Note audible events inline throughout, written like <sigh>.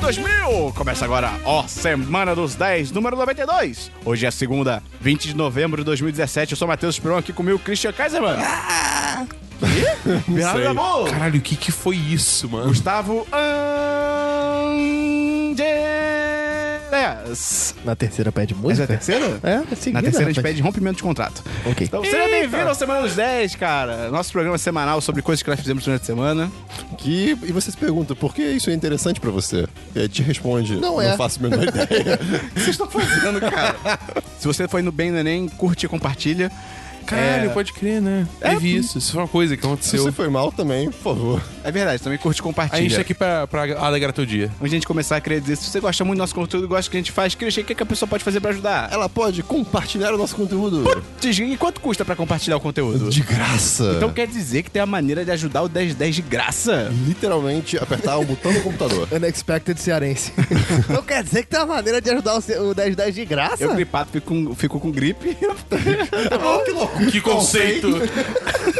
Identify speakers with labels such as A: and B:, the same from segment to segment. A: Brasil! Começa agora, ó, Semana dos 10, número 92. Hoje é segunda, 20 de novembro de 2017. Eu sou Matheus Esperon, aqui comigo, Christian Kaiserman.
B: Ah!
A: Bernardo Dabu.
C: Caralho, o que que foi isso, mano?
A: Gustavo Angeles.
B: Na terceira pede
A: Essa
B: música?
A: é a terceira?
B: É, é seguida,
A: Na terceira a gente
B: rapaz.
A: pede rompimento de contrato.
B: Ok.
A: Então, seja bem-vindo ao Semana dos 10, cara. Nosso programa semanal sobre coisas que nós fizemos durante a semana.
D: Que, e você se pergunta, por que isso é interessante pra você? E aí te responde,
B: Não é.
D: Não faço a menor ideia.
A: vocês estão tá fazendo, cara? <laughs> Se você foi no Bem no Enem, curte e compartilha.
C: Caralho,
A: É,
C: pode crer, né? Teve isso. Isso foi uma coisa que
D: Se
C: aconteceu.
D: você foi mal também, por favor.
A: é verdade, também curte e
C: A
A: compartilha.
C: gente tá aqui pra, pra alegrar teu dia.
A: Antes de a gente começar a acreditar, se você gosta muito do nosso conteúdo, gosta do que a gente faz, Christian, o que, que a pessoa pode fazer pra ajudar?
D: Ela pode compartilhar o nosso conteúdo
A: Diz, E quanto custa pra compartilhar o conteúdo?
D: de graça.
A: Então quer dizer que tem a maneira de ajudar o 1010 de graça?
D: literalmente apertar um botão no computador.
A: É, né?
B: Unexpected cearense. Não quer dizer que tem uma maneira de ajudar o ce- o 1010 de graça?
A: Eu gripado fico com, fico com gripe.
D: que loucura.
C: Que conceito!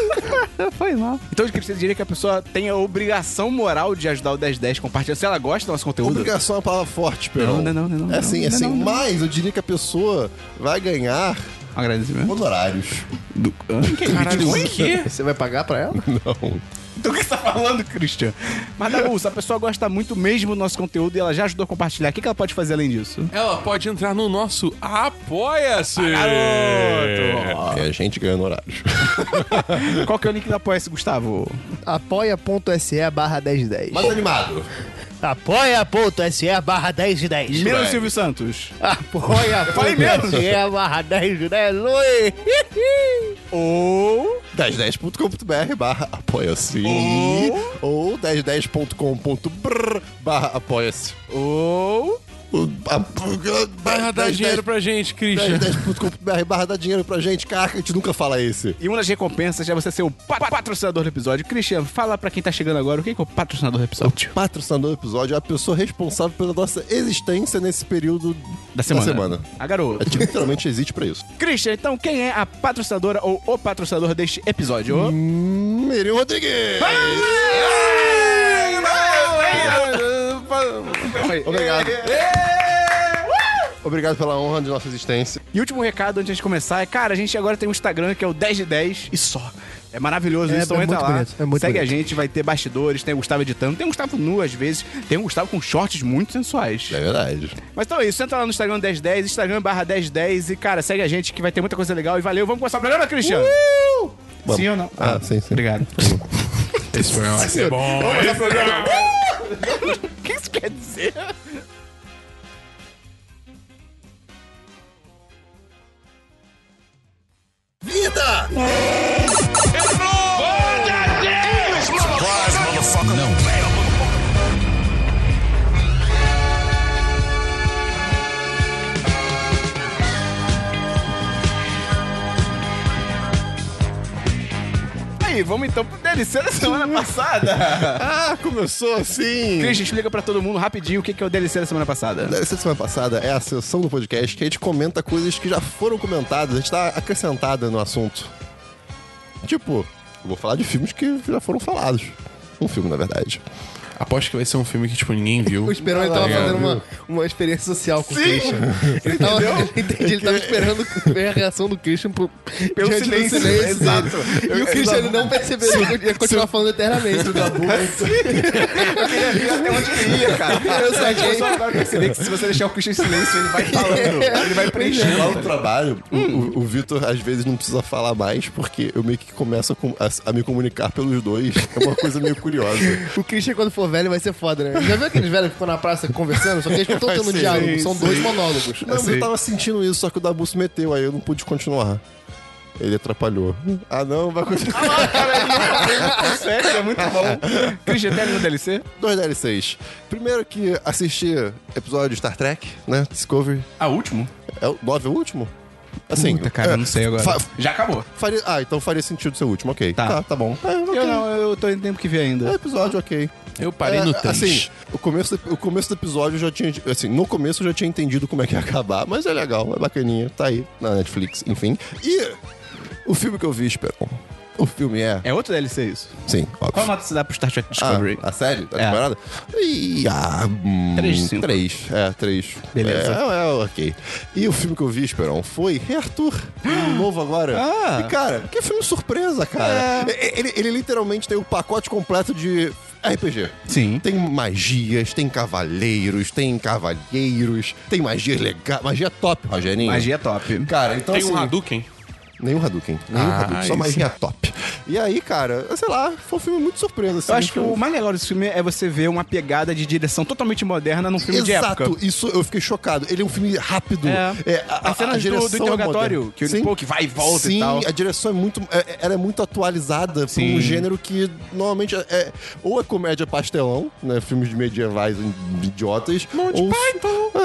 A: <laughs> Foi mal. Então você diria que a pessoa tem a obrigação moral de ajudar o 1010 compartilhando, se ela gosta do nosso conteúdo.
D: Obrigação é uma palavra forte, Perão.
A: Não, não, não, não, não,
D: É assim, é
A: não,
D: assim.
A: não, não.
D: mas eu diria que a pessoa vai ganhar
A: Um agradecimento.
D: honorários. <laughs>
A: Do... Hã? Que
C: Caralho,
A: ridículo.
C: o quê?
B: Você vai pagar pra ela?
D: Não.
A: <laughs> Do que você tá falando, Christian? Mas, Dabu, se a pessoa gosta muito mesmo do nosso conteúdo e ela já ajudou a compartilhar, o que, que ela pode fazer além disso?
C: Ela pode entrar no nosso Apoia-se! Ah, É,
D: E a gente ganha honorários.
A: Qual que é o link da Apoia-se, Gustavo?
B: Apoia.se barra 1010.
D: Mais animado.
B: Apoia.se barra 1010.
A: Menos
D: bem.
A: Silvio Santos. Falei mesmo.
B: Apoia.se barra 1010. Oi!
A: Ou...
D: 1010.com.br barra apoia-se ou 1010.com.br barra apoia-se
A: Ou...
D: O- a-
C: Barra dá
D: 1010
C: dinheiro pra gente, Christian.
D: 1010.com.br barra dá dinheiro pra gente, cara, a gente nunca fala esse.
A: E uma das recompensas é você ser o pa- patrocinador do episódio. Christian, fala pra quem tá chegando agora o que que é o patrocinador do episódio.
D: Patrocinador do episódio é a pessoa responsável pela nossa existência nesse período
A: Da semana.
D: Da semana.
A: A
D: A
A: garoa.
D: gente literalmente existe pra isso.
A: Christian, então quem é a patrocinadora ou o patrocinador deste episódio?
D: Miriam Rodrigues!
C: é.
D: Obrigado. Obrigado pela honra de nossa existência.
A: E último recado antes de começar é, cara, a gente agora tem um Instagram que é o 10 de 10 e só. É maravilhoso
B: É,
A: isso, então
B: é
A: entra
B: muito
A: lá.
B: bonito, é muito
A: segue
B: bonito.
A: a gente, vai ter bastidores, tem o Gustavo editando, tem o Gustavo nu às vezes, tem o Gustavo com shorts muito sensuais.
D: É verdade.
A: Mas então é isso, entra lá no Instagram 1010, Instagram barra 1010 e, cara, segue a gente que vai ter muita coisa legal e valeu. Vamos começar o programa, Cristiano? Sim ou não?
D: Ah, sim, sim.
A: Obrigado.
C: Esse programa vai ser bom.
A: O <laughs> que isso quer dizer? Aí, vamos então pro DLC da semana passada.
D: Ah, começou assim!
A: Christian, explica pra todo mundo rapidinho o que que é o DLC da semana passada.
D: Essa semana passada é a sessão do podcast que a gente comenta coisas que já foram comentadas, a gente tá acrescentada no assunto. Tipo, eu vou falar de filmes que já foram falados. Um filme, na verdade.
C: Aposto que vai ser um filme que, tipo, ninguém viu.
B: O Esperão ele tava
C: Obrigado,
B: fazendo uma, uma experiência social com o Christian. Ele tava, <laughs> entendi, ele tava esperando ver a reação do Christian pro,
A: Pelo
B: diante do
A: silêncio,
B: silêncio
A: exato.
B: dele. E o Christian ele não percebeu, ele ia continuar falando eternamente. então.
A: até onde ele ia, cara.
B: Eu saquei.
A: Eu só agora percebi que se você deixar o Christian em silêncio, ele vai falando. Ele vai preenchendo.
D: Lá no trabalho, o- o, o Vitor às vezes não precisa falar mais, porque eu meio que começo a, com- a- a me comunicar pelos dois. É uma coisa meio <laughs> curiosa.
B: O Christian, quando for velho, vai ser foda, né? Já viu aqueles velhos que ficam na praça conversando? Só que eles não estão
D: Vai
B: tendo
D: ser,
B: diálogo,
D: sim,
B: são dois monólogos.
D: Não, mas eu tava sentindo isso, só que o Dabu se meteu, aí eu não pude continuar. Ele atrapalhou. Ah, não, vai continuar.
A: Sério, é muito bom. Christian, tem no DLC?
D: Dois DLCs. Primeiro que assisti episódio de Star Trek, né? Discovery.
A: Ah, último?
D: É o 9 é o último? Assim.
A: Puta, Ah, cara,
D: é,
A: não sei agora.
D: fa-
A: Já acabou.
D: faria- ah, então faria sentido ser o último, ok.
A: Tá.
D: Tá, tá, bom. É, ok.
A: Eu não, eu tô em tempo que ver
D: É
A: ainda.
D: episódio, ok.
C: Eu parei
D: É,
A: Ah,
C: no 3.
D: Assim, o começo, do- o começo do episódio eu já tinha. Assim, no começo eu já tinha entendido como é que ia acabar, mas é legal, é bacaninha. Tá aí na Netflix, enfim. E o filme que eu vi, Esperon, O filme é.
A: É outro DLC isso.
D: Sim,
A: Qual
D: óbvio.
A: nota você dá pro Star Trek Discovery?
D: Ah, a série? Tá
A: É.
D: temporada? E, ah, hum,
A: Três, cinco.
D: Três. É, três.
A: Beleza.
D: É, é, ok. E o filme que eu vi, Esperão, foi Rei Arthur. um
A: <gasps>
D: novo agora.
A: Ah. É.
D: E, cara, que filme surpresa, cara. E- Ele, ele literalmente tem o pacote completo de RPG.
A: Sim.
D: Tem magias, tem cavaleiros, tem cavalheiros, tem magia legal. Magia top, Rogerinho.
A: Magia é top.
D: Cara, então
C: Tem um
D: assim,
C: Hadouken.
D: Nenhum Hadouken. Nenhum
C: Ah,
D: Hadouken. Só
C: isso.
D: magia top. E aí, cara, sei lá, foi um filme muito surpresa. assim,
A: Eu acho que o mais legal desse filme é você ver uma pegada de direção totalmente moderna num filme
D: Exato,
A: de época.
D: isso eu fiquei chocado. Ele é um filme rápido.
A: É. As cenas do-
D: direção
A: do
D: é
A: interrogatório,
D: moderna.
A: que o Paul que vai e volta e
D: Sim,
A: tal.
D: a direção é muito. é- ela é muito atualizada pra
A: Sim.
D: um gênero que normalmente é, é- ou é comédia pastelão, né? Filmes de medievais idiotas.
C: Monty
D: ou,
C: Python.
D: <laughs>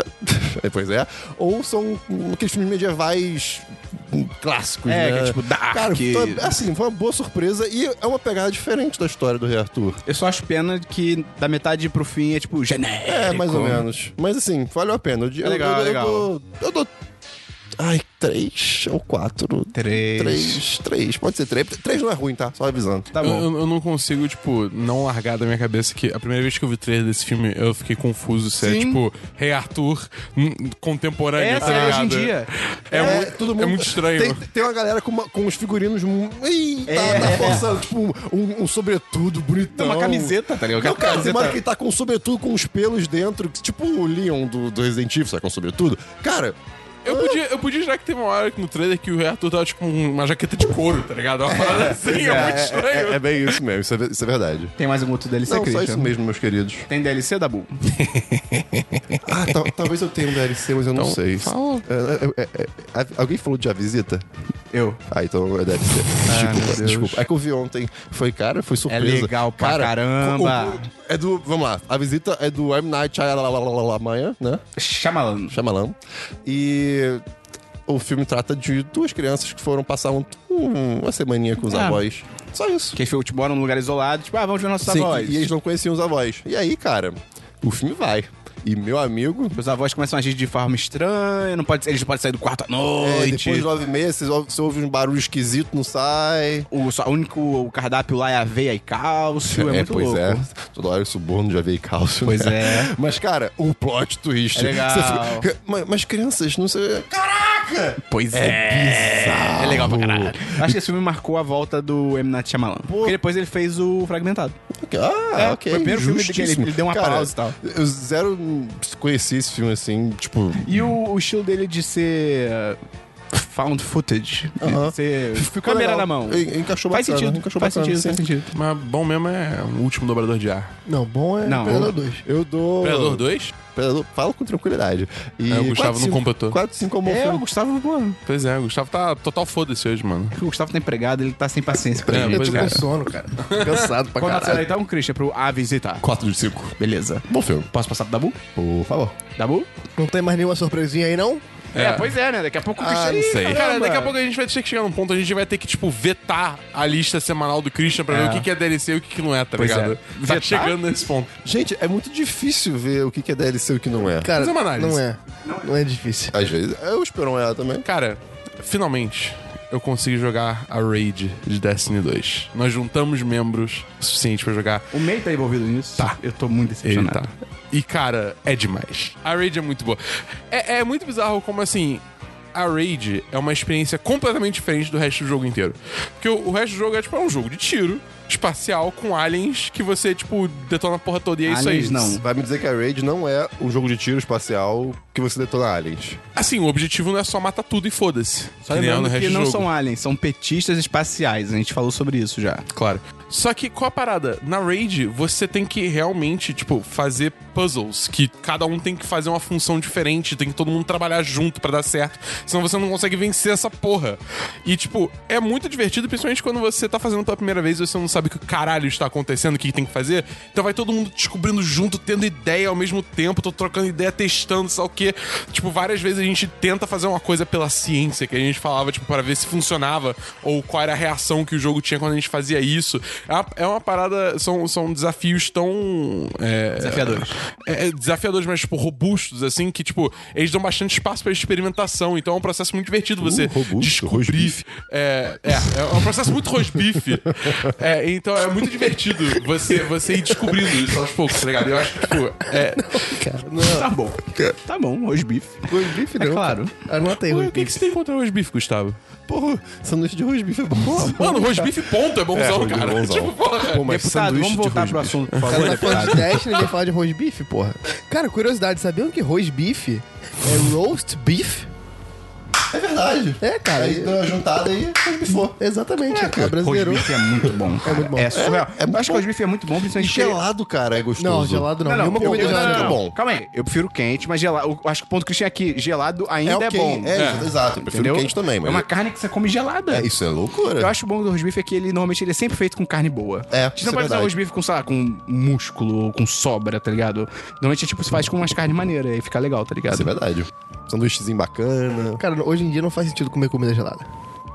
D: É, pois é. Ou são aqueles filmes medievais clássicos,
A: É,
D: né?
A: que é tipo Dark.
D: Cara, foi- assim, foi uma boa surpresa e é uma pegada diferente da história do Rei Arthur.
A: Eu só acho pena que da metade pro fim é tipo genérico.
D: É, mais ou menos. Mas assim, valeu a pena. Eu, eu-
A: É legal,
D: eu, eu,
A: legal.
D: dou- eu dou. Ai, três ou quatro?
A: Três.
D: Três, três. Pode ser três. Três não é ruim, tá? Só avisando.
A: Tá
C: Eu,
A: bom.
C: eu- eu não consigo, tipo, não largar da minha cabeça que a primeira vez que eu vi o trailer desse filme, eu fiquei confuso se é,
A: Sim.
C: tipo, Rei Arthur hum, contemporâneo,
A: É,
C: tá
A: sério, hoje
C: ligado?
A: em dia.
C: É, muito, é muito estranho.
D: Tem, tem uma galera com, uma- com os figurinos. mu- Ih, tá,
A: É.
D: tá forçando. Tipo, um, um sobretudo bonitão.
A: Uma camiseta, tá ligado?
D: Não, cara, tem
A: Camiseta.
D: uma hora que ele tá com sobretudo com os pelos dentro, que tipo o Leon do, do Resident Evil, sabe, com um sobretudo. Cara,
C: Eu podia, eu podia jurar que teve uma hora no trailer que o Rei Arthur tava, tipo, com uma jaqueta de couro, tá ligado? Uma parada assim, é, muito estranho.
D: é, é bem isso mesmo, isso é, isso é verdade.
A: Tem mais algum outro DLC,
D: Não, só
A: Christian?
D: isso mesmo, meus queridos.
A: Tem DLC, Dabu?
D: Ah, tal- talvez eu tenha um DLC, mas eu não
C: Então,
D: sei.
C: fala.
D: É, é, é, é, a- alguém falou de A Visita?
A: Eu.
D: Ah, então é DLC.
A: meu
D: desculpa,
A: Deus.
D: desculpa. É que eu vi ontem. Foi, cara, foi surpresa.
A: legal pra caramba.
D: o- é do, vamos lá, A Visita é do M. Night Shyamalan, né?
A: Shyamalan.
D: Shyamalan. E o filme trata de duas crianças que foram passar um- um- uma semaninha com os
A: Ah.
D: avós. Só isso.
A: Que eles moram num lugar isolado, tipo, ah, vamos ver nossos
D: Sim,
A: avós.
D: e, e eles não conheciam os avós. E aí, cara, o filme vai. E meu amigo,
A: Os avós começam a agir de forma estranha, não pode, eles não podem sair do quarto à
D: É,
A: noite.
D: depois de nove meses, você ouve- você ouve um barulho esquisito, não sai.
A: O, só, o único o cardápio lá é aveia e cálcio, é, muito
D: pois
A: louco.
D: é. Toda hora o suborno já veio cálcio.
A: Pois
D: né?
A: é.
D: <laughs> Mas, cara, o plot twist.
A: É legal.
D: Você fica- mas, mas crianças, não sei.
A: Pois é. É legal pra caralho. Acho que esse filme marcou a volta do M. Night Shyamalan. Porque depois ele fez o Fragmentado.
D: Ah,
A: É, foi
D: ok.
A: o primeiro filme dele que ele-
D: justíssimo.
A: ele deu uma
D: cara,
A: pausa e tal.
D: Eu zero conheci esse filme assim, tipo.
A: E o, o estilo dele de ser uh, found footage. de
D: Aham.
A: Ser
D: ficou
A: câmera
D: legal.
A: na mão.
D: En- Encaixou
A: Faz
D: bacana.
A: sentido,
D: Encaixou
A: faz
D: bacana,
A: sentido,
D: sim.
A: faz sentido.
C: Mas bom mesmo é o último dobrador de ar.
B: Não, bom é
A: Não.
B: Predador 2.
D: Eu dou.
C: Predador 2?
D: Predador- Fala com tranquilidade. E
C: É, o Gustavo
D: quatro,
C: não
D: cinco-
C: completou.
D: quatro, cinco é um bom
A: É, o
D: filme.
A: Gustavo, pô,
C: Pois é, o Gustavo tá total foda-se hoje, mano.
A: o Gustavo tá empregado, ele tá sem paciência pra
C: É,
A: ele.
B: Eu
C: Pois
B: tô com sono, cara. Tô cansado pra
A: Qual nota você dá
B: caralho.
A: então, Christian, pro A Visitar?
D: 4 de 5.
A: Beleza.
D: Bom filme.
A: Posso passar pro Dabu?
D: Por favor.
A: Dabu?
B: Não tem mais nenhuma surpresinha aí, não?
A: É, pois é, né? Daqui a pouco o
D: Ah, não
A: Ih,
D: sei.
C: Cara,
A: caramba.
C: daqui a pouco a gente vai ter que chegar num ponto, a gente vai ter que, tipo, vetar a lista semanal do Christian pra
A: É.
C: ver o que, que é DLC e o que, que não é, tá
A: Pois
C: ligado?
A: é.
C: Tá
A: Vetar?
C: chegando nesse ponto.
D: Gente, é muito difícil ver o que que é DLC e o que não é.
B: Cara,
C: Fazer uma análise.
B: não é. Não é difícil.
D: Às vezes. É o Esperão é também.
C: Cara, finalmente eu consegui jogar a raid de Destiny 2. Nós juntamos membros o suficiente pra jogar.
A: O May tá envolvido nisso?
C: Tá.
A: Eu tô muito
C: Ele
A: decepcionado.
C: tá. E, cara, é demais. A raid é muito boa. É, é muito bizarro como, assim... A raid é uma experiência completamente diferente do resto do jogo inteiro. Porque o, o resto do jogo é, tipo, é um jogo de tiro espacial com aliens que você, tipo, detona a porra toda e é
A: Aliens,
C: isso aí.
A: não.
D: Vai me dizer que a Raid não é um jogo de tiro espacial que você detona aliens.
C: Assim, o objetivo não é só matar tudo e foda-se.
A: Só
C: nem é
A: lembrando
C: no resto
A: que
C: do
A: não
C: jogo.
A: são aliens, são petistas espaciais. A gente falou sobre isso já.
C: Claro. Só que qual a parada? Na raid, você tem que realmente, tipo, fazer puzzles, que cada um tem que fazer uma função diferente, tem que todo mundo trabalhar junto pra dar certo, senão você não consegue vencer essa porra. E, tipo, é muito divertido, principalmente quando você tá fazendo pela primeira vez e você não sabe o que caralho está acontecendo, o que tem que fazer. Então vai todo mundo descobrindo junto, tendo ideia ao mesmo tempo, tô trocando ideia, testando, sabe o quê. Tipo, várias vezes a gente tenta fazer uma coisa pela ciência, que a gente falava, tipo, para ver se funcionava ou qual era a reação que o jogo tinha quando a gente fazia isso. É uma, é uma parada. São, são desafios tão. é,
A: Desafiadores.
C: é, é, desafiadores, mas, tipo, robustos, assim, que, tipo, eles dão bastante espaço pra experimentação. Então é um processo muito divertido você
D: robusto,
C: descobrir.
D: rosbife.
C: É, é, é um processo muito rosbife. <laughs> É, então é muito divertido você, você ir descobrindo isso aos poucos, tá ligado? Eu acho que, tipo, é,
A: Tá bom. Tá bom, rosbife.
B: Rosbife É. não.
A: É claro.
B: cara. Anota aí,
C: Ué, o que, que
B: rosbife.
C: você tem contra o rosbife, Gustavo?
D: Porra, sanduíche de rosbife é bom.
C: Mano, rosbife ponto é bonzão,
D: rosbife é
C: cara.
D: bonzão.
C: Tipo, porra.
D: Pô, mas
A: Deputado,
D: sanduíche
A: vamos
D: de
A: voltar
D: rosbife.
A: pro assunto, por
B: O cara
A: favor,
B: tá falando de
A: deputado.
B: teste, ninguém fala de rosbife, porra. Cara, curiosidade, sabiam que rosbife é roast beef?
D: É verdade.
B: É, cara.
D: Aí deu uma juntada e rosbifou.
B: Exatamente, cara. Brasileiro.
A: Rosbife é muito bom. É
B: muito bom.
A: É surreal.
D: É- é
A: eu acho que
D: bom.
A: rosbife é muito bom,
D: E
A: principalmente porque-
D: gelado, cara, é gostoso.
B: Não, gelado não.
A: Não, não,
B: Nenhuma comida
A: eu- não,
B: gelada
A: não, não,
B: é bom.
A: não. Calma aí. Eu prefiro quente, mas gelado. eu acho que o ponto que tinha aqui, gelado ainda
D: É
A: é,
D: ok.
A: bom.
D: É, exato. Eu prefiro
A: Entendeu?
D: quente também, mas...
A: É uma carne que você come gelada.
D: É, isso é loucura.
A: Eu acho bom do rosbife é que ele normalmente ele é sempre feito com carne boa.
D: É,
A: A gente
D: isso é
A: não pode usar
D: verdade.
A: rosbife com, sei lá, com músculo ou com sobra, tá ligado? Normalmente é tipo, se faz com umas carnes maneiras e fica legal, tá ligado?
D: Isso é verdade. Sanduíchezinho bacana. Tipo,
B: Cara, hoje em dia não faz sentido comer comida gelada.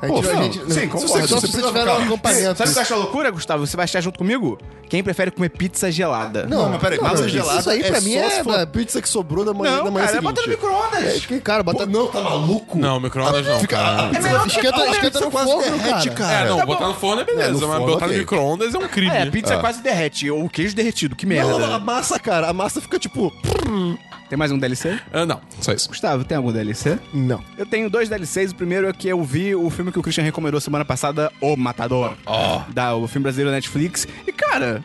B: A
D: Pô, não.
A: Sim,
B: se
A: concordo.
D: Você
B: você, só se você
D: precisa
B: tiver
D: ficar-
B: um
A: Sabe
B: acompanhamento.
A: é o que eu acho uma loucura, Gustavo? Você vai achar junto comigo? Quem prefere comer pizza gelada?
B: Não,
D: mas peraí,
B: não,
D: massa
B: isso
D: gelada
B: aí pra
D: é
B: mim
D: só
B: é
D: se for
B: da-
D: a pizza que sobrou da manhã, da
A: Não, cara,
D: manhã é seguinte.
A: bota no micro-ondas.
B: que, cara, bota...
D: Pô, não, tá maluco?
C: Não, micro-ondas não.
D: Ah, Fica-
C: cara.
D: a- a pizza
A: melhor
D: fica-
B: Esquenta,
A: Olha,
B: esquenta
D: você
B: no
D: quase
B: forno,
D: derrete,
B: cara.
C: É,
D: cara.
C: não,
A: tá bom.
C: botar no forno é beleza,
D: É, no
C: mas
D: forno,
C: botar
D: ok.
C: no micro-ondas é um crime.
A: É, a pizza quase derrete. Ou o queijo derretido, que merda.
D: Não, não, a massa, cara, a massa fica tipo.
A: Tem mais um DLC?
C: Ah, não, só isso.
A: Gustavo, tem algum DLC?
B: Não.
A: Eu tenho dois DLCs. O primeiro é que eu vi o filme que o Christian recomendou semana passada, O Matador. Da, o filme brasileiro da Netflix. E, cara,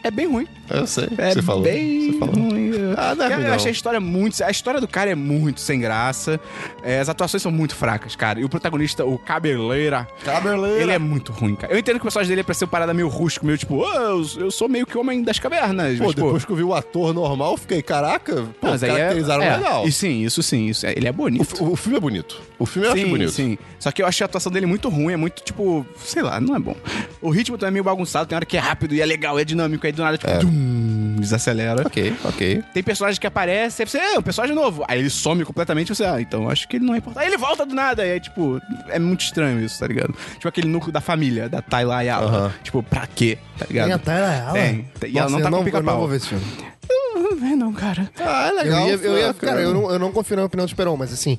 A: é bem ruim.
D: Eu sei,
A: É
D: você falou.
A: bem
D: Você falou.
A: ruim.
D: Ah, não é
A: cara,
D: ruim,
A: eu
D: não.
A: achei a história muito... A história do cara é muito sem graça. É, as atuações são muito fracas, cara. E o protagonista, o Cabeleira...
D: Cabeleira.
A: Ele é muito ruim, cara. Eu entendo que o personagem dele é pra ser uma parada meio rústico, meio tipo... "Ah, eu, eu sou meio que homem das cavernas.
D: Pô,
A: mas, pô,
D: depois que eu vi o ator normal, eu fiquei, caraca, pô,
A: mas aí é-
D: caracterizaram
A: é,
D: legal.
A: E sim, isso sim. Isso, é- ele é bonito.
D: O, fi- o filme é bonito. O filme eu
A: sim,
D: acho bonito.
A: Sim, Só que eu achei a atuação dele muito ruim, é muito, tipo, sei lá, não é bom. O ritmo também é meio bagunçado, tem hora que é rápido e é legal, e é dinâmico, aí do nada, tipo, tum, desacelera.
D: Ok, ok.
A: Tem personagens que aparecem, aí você, é, um personagem novo. Aí ele some completamente, e você, ah, então acho que ele não é importante. Aí ele volta do nada, e é tipo, é muito estranho isso, tá ligado? Tipo aquele núcleo da família, da Tayla Ayala.
D: Aham.
A: Tipo, pra quê, tá ligado?
B: Tem a Tayla Ala?
A: Tem. Tem- E ela não tá
B: eu
A: com
B: não, eu
A: pica-pau.
B: não vou ver esse filme.
A: Não, é não, cara.
D: Ah, é
B: Eu
D: legal.
B: ia- eu ia-
D: Ah,
B: cara, eu não, eu não confio na opinião do Esperon, mas assim,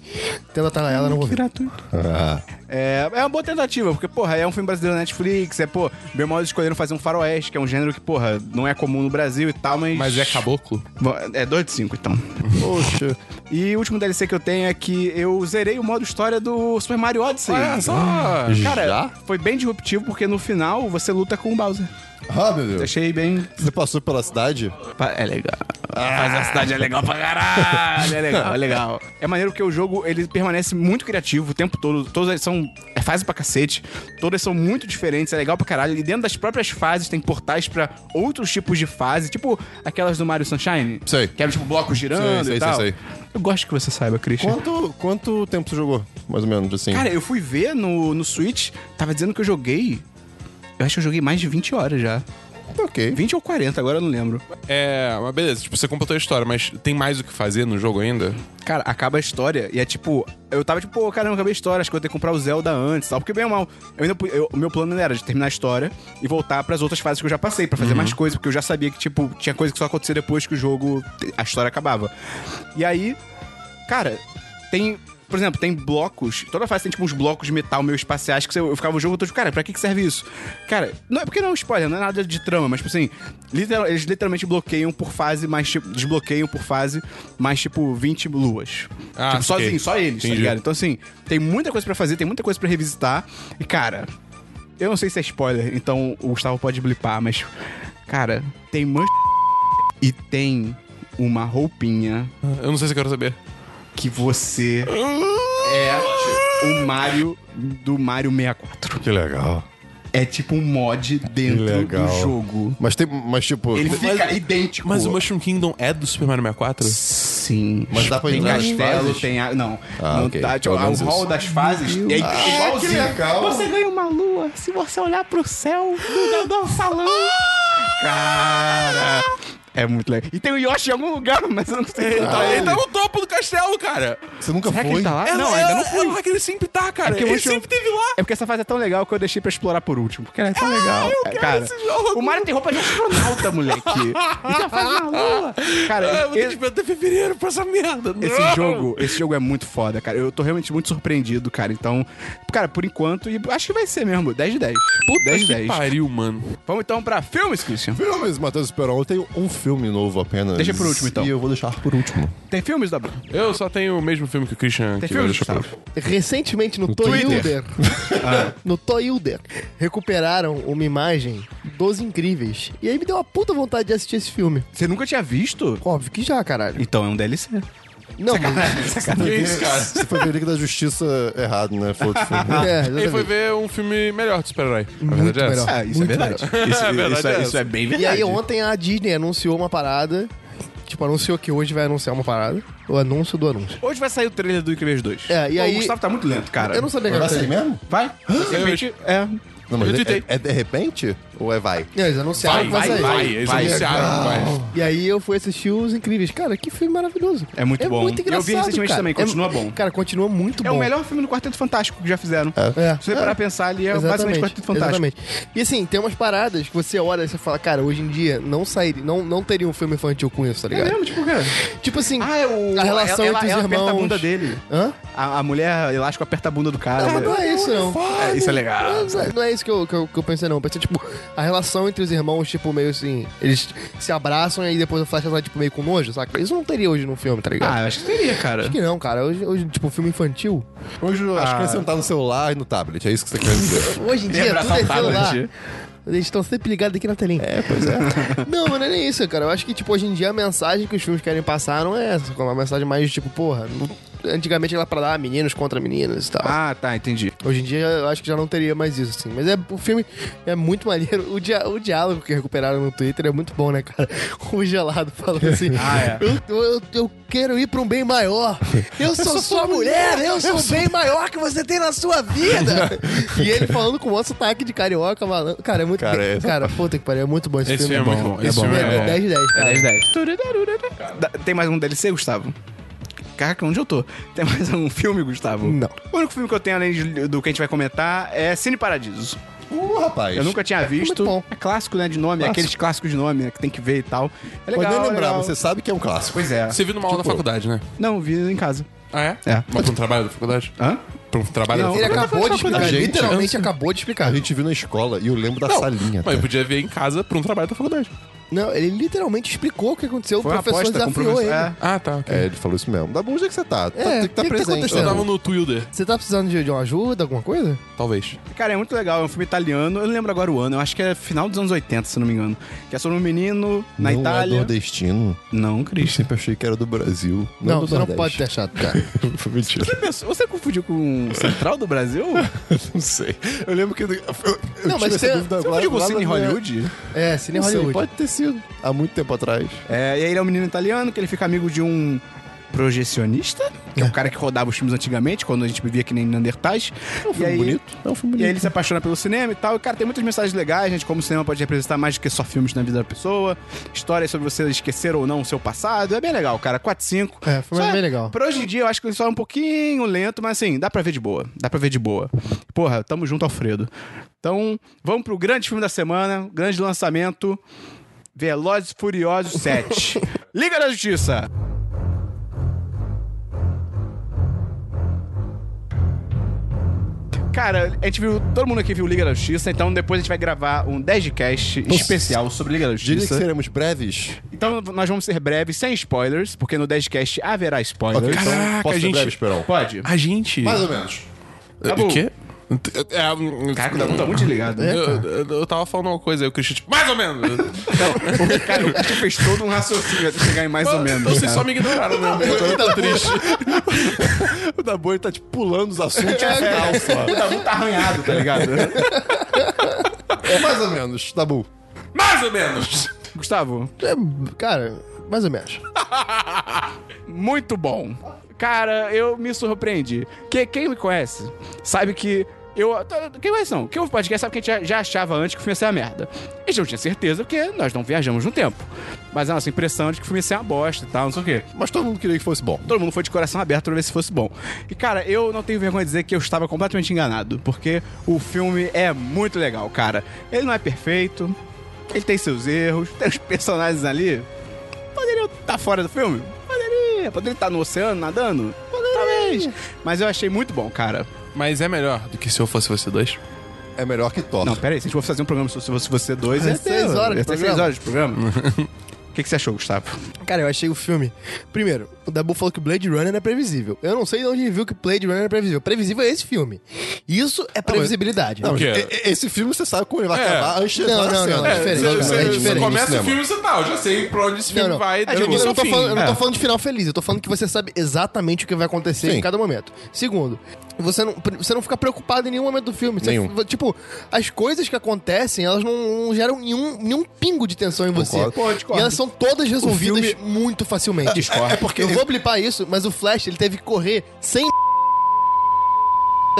B: tendo a Tayla Ala, eu não vou ver.
A: Gratuito.
D: Ah,
A: É, é uma boa tentativa, porque, porra, é um filme brasileiro na Netflix, é, pô, bem mal eles escolheram fazer um faroeste, que é um gênero que, porra, não é comum no Brasil e tal, mas...
C: Mas é caboclo?
A: Bom, É 2 de 5, então.
D: poxa.
A: E o último DLC que eu tenho é que eu zerei o modo história do Super Mario Odyssey.
C: Olha só!
A: Cara,
D: Já?
A: foi bem disruptivo, porque no final você luta com o Bowser.
D: Ah, meu Deus.
A: Achei bem...
D: Você passou pela cidade?
A: Pa- É legal. Mas a cidade é legal pra caralho. É legal, é legal. É maneiro porque o jogo, ele permanece muito criativo o tempo todo. Todas elas são... É fase pra cacete. Todas são muito diferentes. É legal pra caralho. E dentro das próprias fases tem portais pra outros tipos de fase. Tipo aquelas do Mario Sunshine.
D: Sei.
A: Que eram tipo blocos girando
D: Sei, sei,
A: e tal.
D: sei, sei.
A: Eu gosto que você saiba, Christian.
D: Quanto, quanto tempo você jogou? Mais ou menos, assim.
A: Cara, eu fui ver no, no Switch. Tava dizendo que eu joguei... Eu acho que eu joguei mais de 20 horas já.
D: ok.
A: 20 ou 40, agora eu não lembro.
C: É, mas beleza, tipo, você completou a história, mas tem mais o que fazer no jogo ainda?
A: Cara, acaba a história e é tipo. Eu tava tipo, pô, caramba, acabei a história, acho que eu vou ter que comprar o Zelda antes e tal. Porque bem ou mal, eu ainda, pu- eu- o meu plano era de terminar a história e voltar pras outras fases que eu já passei, pra fazer mais coisas, porque eu já sabia que, tipo, tinha coisa que só acontecia depois que o jogo. a história acabava. E aí, cara, tem. Por exemplo, tem blocos. Toda fase tem tipo uns blocos de metal meio espaciais que você, eu ficava o jogo todo tipo, cara, pra que, que serve isso? Cara, não é porque não é um spoiler, não é nada de trama, mas tipo assim, literal- eles literalmente bloqueiam por fase, mais tipo, desbloqueiam por fase mais tipo 20 luas.
C: Ah,
A: tipo,
C: saquei.
A: sozinho, só eles,
C: Entendi.
A: tá ligado? Então assim, tem muita coisa pra fazer, tem muita coisa pra revisitar. E cara, eu não sei se é spoiler, então o Gustavo pode blipar, mas cara, tem mancha e tem uma roupinha
C: Eu não sei se eu quero saber.
A: que você é o Mario do Mario 64.
D: Que legal.
A: É tipo um mod
D: Que
A: dentro
D: legal.
A: do jogo.
D: Mas tem. Mas, tipo.
A: Ele
D: mas-
A: fica idêntico.
C: Mas o Mushroom Kingdom é do Super Mario 64?
A: Sim.
D: Mas dá pra
A: tem
D: entrar nas
A: castelo,
D: fases?
A: tem a... Não.
D: Ah,
A: não
D: ok.
A: tá, tipo,
D: Pelo
A: o
D: menos
A: hall
D: isso.
A: das fases. E aí, é igualzinho.
D: legal.
A: Você ganha uma lua se você olhar pro céu do, do, do salão. Cara... É muito legal. E tem o Yoshi em algum lugar, mas eu não sei.
C: Ele, tá,
A: Ah,
C: ele tá no topo do castelo, cara.
D: Você nunca
A: Será que
D: foi?
A: ele tá lá?
C: É,
A: não,
C: lá-
A: ainda
C: é-
A: não fui.
C: É lá que ele sempre tá, cara.
A: É que eu
C: ele
A: vou te-
C: sempre teve lá.
A: É porque essa fase é tão legal que eu deixei pra explorar por último. Porque ela é tão legal.
C: eu
A: É,
C: quero
A: cara,
C: esse jogo.
A: O Mario tem roupa de astronauta, moleque. Isso é fase na lua. Cara,
B: É,
C: Ah, eu vou ter que
A: esse,
C: esperar até fevereiro pra essa merda. Não.
A: esse jogo, esse jogo é muito foda, cara. Eu tô realmente muito surpreendido, cara. Então, cara, por enquanto, e acho que vai ser mesmo. 10 de 10.
C: Puta
A: 10
C: que
A: de 10.
C: pariu, mano.
A: Vamos então pra filmes, Christian.
D: Filmes, Matheus Esperon. Eu tenho um filme novo apenas.
A: Deixa por último, então.
D: E eu vou deixar por último.
A: Tem filmes, Dabu?
C: Eu só tenho o mesmo filme que o Christian.
A: Tem
C: que
A: filmes,
C: vai deixar pra-
A: Gustavo?
B: Recentemente no
D: Twitter.
B: Toilder, no Toilder, recuperaram uma imagem dos incríveis. E aí me deu uma puta vontade de assistir esse filme.
A: Você nunca tinha visto?
B: Óbvio que já, caralho.
A: Então é um
B: <laughs>
A: DLC.
B: Não,
A: <laughs>
B: mas... é,
C: Que isso, cara?
D: Você foi ver Liga da Justiça errado, né? Foi outro filme.
B: <laughs> É,
C: Ele foi
B: exatamente.
C: ver um filme melhor de super-herói. A
B: Muito
C: verdade é essa.
B: melhor.
A: Ah, isso
B: Muito
A: é verdade. Isso é,
C: verdade
A: isso
C: é
A: é,
C: essa.
A: isso é bem
B: E
A: verdade.
B: aí ontem a Disney anunciou uma parada. Tipo, anunciou que hoje vai anunciar uma parada. O anúncio do anúncio.
A: Hoje vai sair o trailer do Incríveis 2.
B: É, e
A: Pô,
B: aí-
A: O Gustavo tá muito lento, cara.
B: É, Eu não sabia que
D: Vai
B: era
D: sair
B: isso.
D: é assim mesmo?
A: Vai? De
C: Eu-
A: repente, é.
D: Não, mas
C: Eu
D: é,
C: tuitei.
D: é, é de repente? Ou é vai?
B: Não, Eles anunciaram que
C: vai,
B: vai, sair.
C: vai. Eles
A: Vai.
C: anunciaram, vai.
B: E aí eu fui assistir Os Incríveis. Cara, que filme maravilhoso.
A: É muito bom.
B: muito
A: Eu vi
B: engraçado,
A: recentemente
B: cara.
A: também, continua
B: É-
A: bom.
B: Cara, continua muito
A: É
B: bom.
A: o melhor filme do Quarteto Fantástico que já fizeram.
B: É.
A: Se você parar pra pensar ali, é basicamente Quarteto Fantástico.
B: exatamente. E assim, tem umas paradas que você olha e você fala, cara, hoje em dia não sairia, não, não teria um filme infantil com isso, tá
A: É
B: ligado?
A: mesmo, tipo, cara.
B: Tipo assim,
A: Ah, é o.
B: a relação
A: ela,
B: entre os
A: ela
B: irmãos.
A: aperta a bunda dele.
B: Hã?
A: A, a mulher elástico aperta a bunda do cara. né?
B: Ah, não é isso, não.
A: É, isso é legal.
B: Não é- Não é isso que eu, que, eu, que eu pensei, não. Eu pensei, tipo, <laughs> a relação entre os irmãos, tipo, meio assim. Eles se abraçam e aí depois o Flash tá, tipo, meio com nojo, saca? Isso não teria hoje num filme, tá ligado?
A: Ah, eu acho que teria, cara.
B: Acho que não, cara. Hoje, hoje tipo, filme infantil.
D: Hoje eu acho que
A: Ah.
D: vai sentar no celular e no tablet. É isso que você quer
B: <laughs>
D: dizer.
B: Hoje em dia,
A: Lembra
B: tudo é
A: assaltado,
B: celular.
A: gente?
B: Eles estão sempre ligados aqui na telinha. É, pois é. <laughs> não, mas não é nem isso, cara. Eu acho que, tipo, hoje em dia a mensagem que os filmes querem passar não é essa. É uma mensagem mais, tipo, porra. não- Antigamente era pra dar meninos contra meninas e tal.
A: Ah, tá, entendi.
B: Hoje em dia eu acho que já não teria mais isso, assim. Mas é, o filme é muito maneiro. O, dia, o diálogo que recuperaram no Twitter é muito bom, né, cara? <laughs> O gelado falando assim:
A: Ah, é.
B: eu, eu, eu quero ir pra um bem maior. Eu sou sua mulher, eu sou o bem maior que você tem na sua vida. e ele falando com o nosso ataque de carioca, malandro. Cara, é muito.
D: Cara,
B: bem-
D: é-
B: cara puta que pariu, é muito bom esse,
C: Esse
B: filme.
C: filme é muito bom,
B: Esse filme é,
C: bom.
B: 10 de 10.
A: É
B: cara.
A: 10 10. Da- Tem mais um DLC, Gustavo? Caraca, onde eu tô? Tem mais um filme, Gustavo?
B: Não.
A: O único filme que eu tenho, além de- do que a gente vai comentar, é Cine Paradiso.
D: Uh, rapaz.
A: Eu nunca tinha visto.
B: bom.
A: É clássico, né? De nome,
D: Clássico.
A: aqueles clássicos de nome né, que tem que ver e tal. É
D: Pode
A: legal.
D: nem
A: é
D: lembrar,
A: legal.
D: você sabe que é um clássico.
A: Pois é.
C: Você viu numa aula da faculdade, né?
A: Não, vi em casa.
C: Ah, é?
A: É.
C: Mas pra um trabalho da faculdade?
A: Hã?
C: Pra um trabalho
A: Não,
C: da
B: Ele
C: faculdade?
B: acabou de explicar,
D: Gente,
B: literalmente acabou de explicar.
D: A gente viu na escola e eu lembro da
C: Não,
D: salinha.
C: Mas eu
D: até.
C: podia ver em casa pra um trabalho da faculdade.
B: Não, ele literalmente explicou o que aconteceu,
A: Foi
B: o
A: uma
B: professor
A: aposta com o
B: desafiou
A: professor.
B: ele.
A: É.
C: Ah, tá, ok.
D: É, ele falou isso mesmo. Da onde é que você tá? tá tem
B: É,
D: que estar
B: o que que tá
D: presente. né?
C: Eu
B: acontecendo?
C: tava no Twitter,
B: Você tá precisando de, de uma ajuda, alguma coisa?
C: talvez.
A: Cara, é muito legal. É um filme italiano. Eu não lembro agora o ano. Eu acho que é final dos anos 80, se não me engano. Que é sobre um menino na
D: não é
A: Itália.
D: nordestino.
A: não,
D: Eu
A: Cris.
D: sempre achei que era do Brasil. é
B: Não,
D: do
B: você não
D: Nordeste.
B: pode ter achado,
D: <laughs>
B: cara.
D: Mentira.
A: Você pensou- Você confundiu com o Central do <laughs> Brasil?
D: <laughs> Não sei. Eu lembro que. Eu, eu
B: Não,
D: não,
B: mas
D: mas
B: tem-
D: dúvida
A: Você confundiu
D: agora.
A: com o
D: lá
A: Cine
D: na minha-
A: Hollywood?
B: É, Cine
D: Não sei,
B: Hollywood.
D: pode ter sido. Há muito tempo atrás.
A: É, e aí ele é um menino italiano que ele fica amigo de um projecionista, que é um cara que rodava os filmes antigamente, quando a gente vivia que nem Neandertais.
D: É um
A: e
D: filme
A: aí,
D: bonito. É um
A: E
D: filme
A: aí
D: bonito.
A: ele se apaixona pelo cinema e tal. E, cara, tem muitas mensagens legais, gente, como o cinema pode representar mais do que só filmes na vida da pessoa. Histórias sobre você esquecer ou não o seu passado. É bem legal, cara. 4, 5.
B: É, foi
A: Só
B: bem legal.
A: Pra hoje em dia, eu acho que ele só é um pouquinho lento, mas assim, dá pra ver de boa. Dá pra ver de boa. Porra, tamo junto, Alfredo. Então, vamos pro grande filme da semana, grande lançamento. Velozes e Furiosos 7. Liga da Justiça. Cara, a gente viu, todo mundo aqui viu Liga da Justiça, então depois a gente vai gravar um 10 de cast especial sobre Liga da
D: Diria que
A: Justiça.
D: seremos breves.
A: Então nós vamos ser breves, sem spoilers, porque no 10 cast haverá spoilers.
D: Ok,
C: Caraca,
D: então posso ser
C: gente.
D: breve, Esperão.
A: Pode.
C: A gente...
D: Mais ou menos.
A: Dabu.
C: O quê? É, um-
A: Caraca, o Dabu tá muito desligado.
C: eu, eu, eu tava falando uma coisa aí, o Christian, tipo, <laughs> mais ou menos.
A: Não, cara, o Christian fez todo um raciocínio até chegar em mais ou menos.
C: Vocês
A: cara.
C: só me ignoraram, né? <laughs> Eu tô triste.
D: tá O Dabu ele tá tipo pulando os assuntos no
A: É.
D: final só.
A: O Dabu tá arranhado, tá ligado?
D: É mais ou menos, Dabu.
C: Mais ou menos.
A: Gustavo,
B: É, cara, mais ou menos.
A: muito bom. Cara, eu me surpreendi. Que, quem me conhece sabe que Eu. tá, Quem mais são? Quem ouve podcast sabe que a gente já, já achava antes que o filme ia ser uma merda. A gente não tinha certeza, porque nós não viajamos no tempo. Mas a nossa impressão é de que o filme ia ser uma bosta e tal, não sei o quê.
D: Mas todo mundo queria que fosse bom.
A: Todo mundo foi de coração aberto pra ver se fosse bom. E, cara, eu não tenho vergonha de dizer que eu estava completamente enganado, porque o filme é muito legal, cara. Ele não é perfeito, ele tem seus erros, tem os personagens ali. Poderiam estar fora do filme? Poderia. Poderia estar no oceano nadando? Poderia. Talvez. Mas eu achei muito bom, cara.
C: Mas é melhor do que se eu fosse você dois.
D: É melhor que Thor.
A: Não, peraí, se a gente for fazer um programa se fosse você dois,
B: É
A: é
B: seis horas de
A: seis
B: programa.
A: horas de programa.
B: <laughs>
A: O que, que você achou, Gustavo?
B: Cara, eu achei o filme. Primeiro, o Dabu falou que Blade Runner é previsível. Eu não sei de onde ele viu que Blade Runner é previsível. Previsível é esse filme. Isso é previsibilidade.
D: Ah, Não,
C: O quê?
D: e- e- esse filme você sabe como ele vai
C: É.
D: acabar antes de entrar
B: Não,
D: na
B: não,
D: cena.
B: não, é diferente.
D: Você-
B: É
D: você-
B: diferente,
D: você
B: diferente.
D: começa o filme-
C: e você tá, eu já sei pra onde esse
B: Não, não.
C: vai.
B: É, eu,
C: do
B: não tô
C: fim.
B: falando, eu não tô
A: É.
B: falando de final feliz, eu tô falando que você sabe exatamente o que vai acontecer
D: Sim.
B: em cada momento. Segundo, você não, você não fica preocupado em nenhum momento do filme. Você-
D: Nenhum.
B: tipo, as coisas que acontecem, elas não, não geram nenhum, nenhum pingo de tensão em você.
D: Concordo.
A: Pô, eu discordo.
B: e elas são todas resolvidas
A: filme-
B: muito facilmente.
A: Discordo.
B: É porque eu vou blipar isso, mas o Flash ele teve que correr sem <laughs>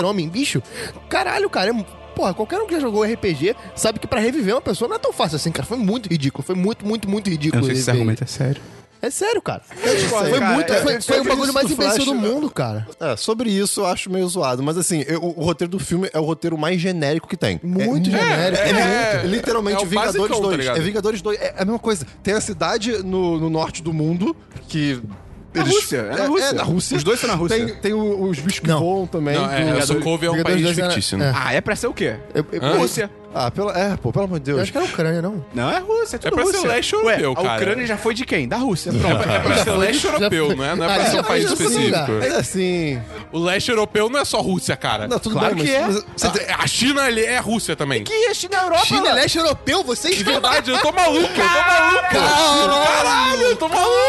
B: homem, bicho. Caralho, cara, é- Porra, qualquer um que já jogou RPG sabe que pra reviver uma pessoa não é tão fácil assim, cara. Foi muito ridículo. Foi muito, muito, muito ridículo.
A: Eu não sei se esse
B: reviver ele.
A: argumento é sério.
B: É sério, cara.
D: discordo,
B: foi
A: cara.
B: muito.
A: Eu-
B: foi
D: eu
B: foi o
D: fiz
B: bagulho
D: isso
B: mais
D: do
B: imbecil
D: Flash.
B: do mundo, cara.
D: É, sobre isso eu acho meio zoado, mas assim, eu- o, o roteiro do filme é o roteiro mais genérico que tem.
B: Muito
D: é,
B: genérico.
D: É,
C: É,
D: muito. literalmente
C: é o
D: Vingadores
C: basicão, tá
D: 2.
C: ligado?
D: é Vingadores 2. É a mesma coisa. Tem a cidade no, no norte do mundo que.
A: Na
D: eles-
A: Rússia, é na Rússia.
D: É, na Rússia.
A: Os dois são na Rússia.
D: Tem, tem o- os bichos que
B: Não.
D: voam também.
C: Não, é,
D: do-
C: Sokovia é um
B: Vingadores
C: país
B: dois era-
C: fictício, né?
B: é.
A: Ah, é pra ser o quê?
B: Eu, eu-
C: Hã?
A: Rússia.
D: Ah, pela, é, pô, pelo amor de
B: eu
D: Deus.
B: acho que era a Ucrânia, não.
A: Não, é Rússia. É, tudo
C: É pra ser
A: Rússia.
C: leste europeu,
A: Ué,
C: cara.
A: A Ucrânia já foi de quem? Da Rússia. Pronto.
C: <laughs> É pra ser leste
B: Já foi-
C: europeu, não é? Não é pra
B: Ah,
C: ser um
B: já foi
C: país
B: em outro lugar.
A: né?
C: específico.
D: Mas assim.
C: O leste europeu não é só Rússia, cara.
D: Não, tudo
A: Claro
D: bem,
A: que
D: mas-
A: é.
D: mas
C: Você tem- A China ali é Rússia também. Que
A: Que este na Europa?
B: China é
A: mano?
B: leste europeu, vocês
C: verdade, eu tô maluco, eu tô maluco. Caralho, eu tô maluco,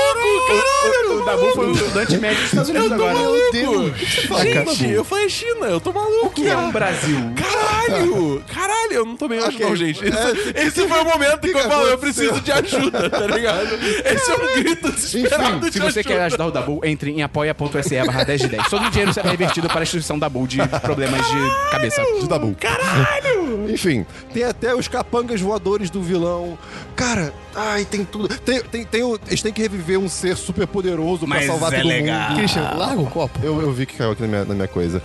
C: caralho.
A: O Dabu foi o estudante médio dos Estados Unidos
C: um Eu tô
A: agora.
C: maluco.
B: Meu Deus.
C: Gente, eu falei China, eu tô maluco.
A: Que é o Brasil? <laughs>
C: Caralho! Caralho, eu não tô bem hoje,
D: Ok.
C: não, gente. Esse,
A: É.
C: esse foi o momento que, eu falei, eu
D: aconteceu?
C: preciso de ajuda, tá ligado? Esse é um grito desesperado
A: Se
C: de
A: você
C: ajuda.
A: quer ajudar o Dabu, entre em apoia.se barra 10 de 10. Todo o dinheiro será revertido para a instituição Dabu de problemas de cabeça.
D: de Dabu. Caralho! Enfim, tem até os capangas voadores do vilão. Cara, ai, tem tudo. Tem, tem, tem o- eles têm que reviver um ser super poderoso pra
A: Mas
D: salvar
A: é
D: todo
A: legal.
D: mundo.
B: Christian, larga o copo.
D: Eu, eu vi que caiu aqui na minha, na minha coisa.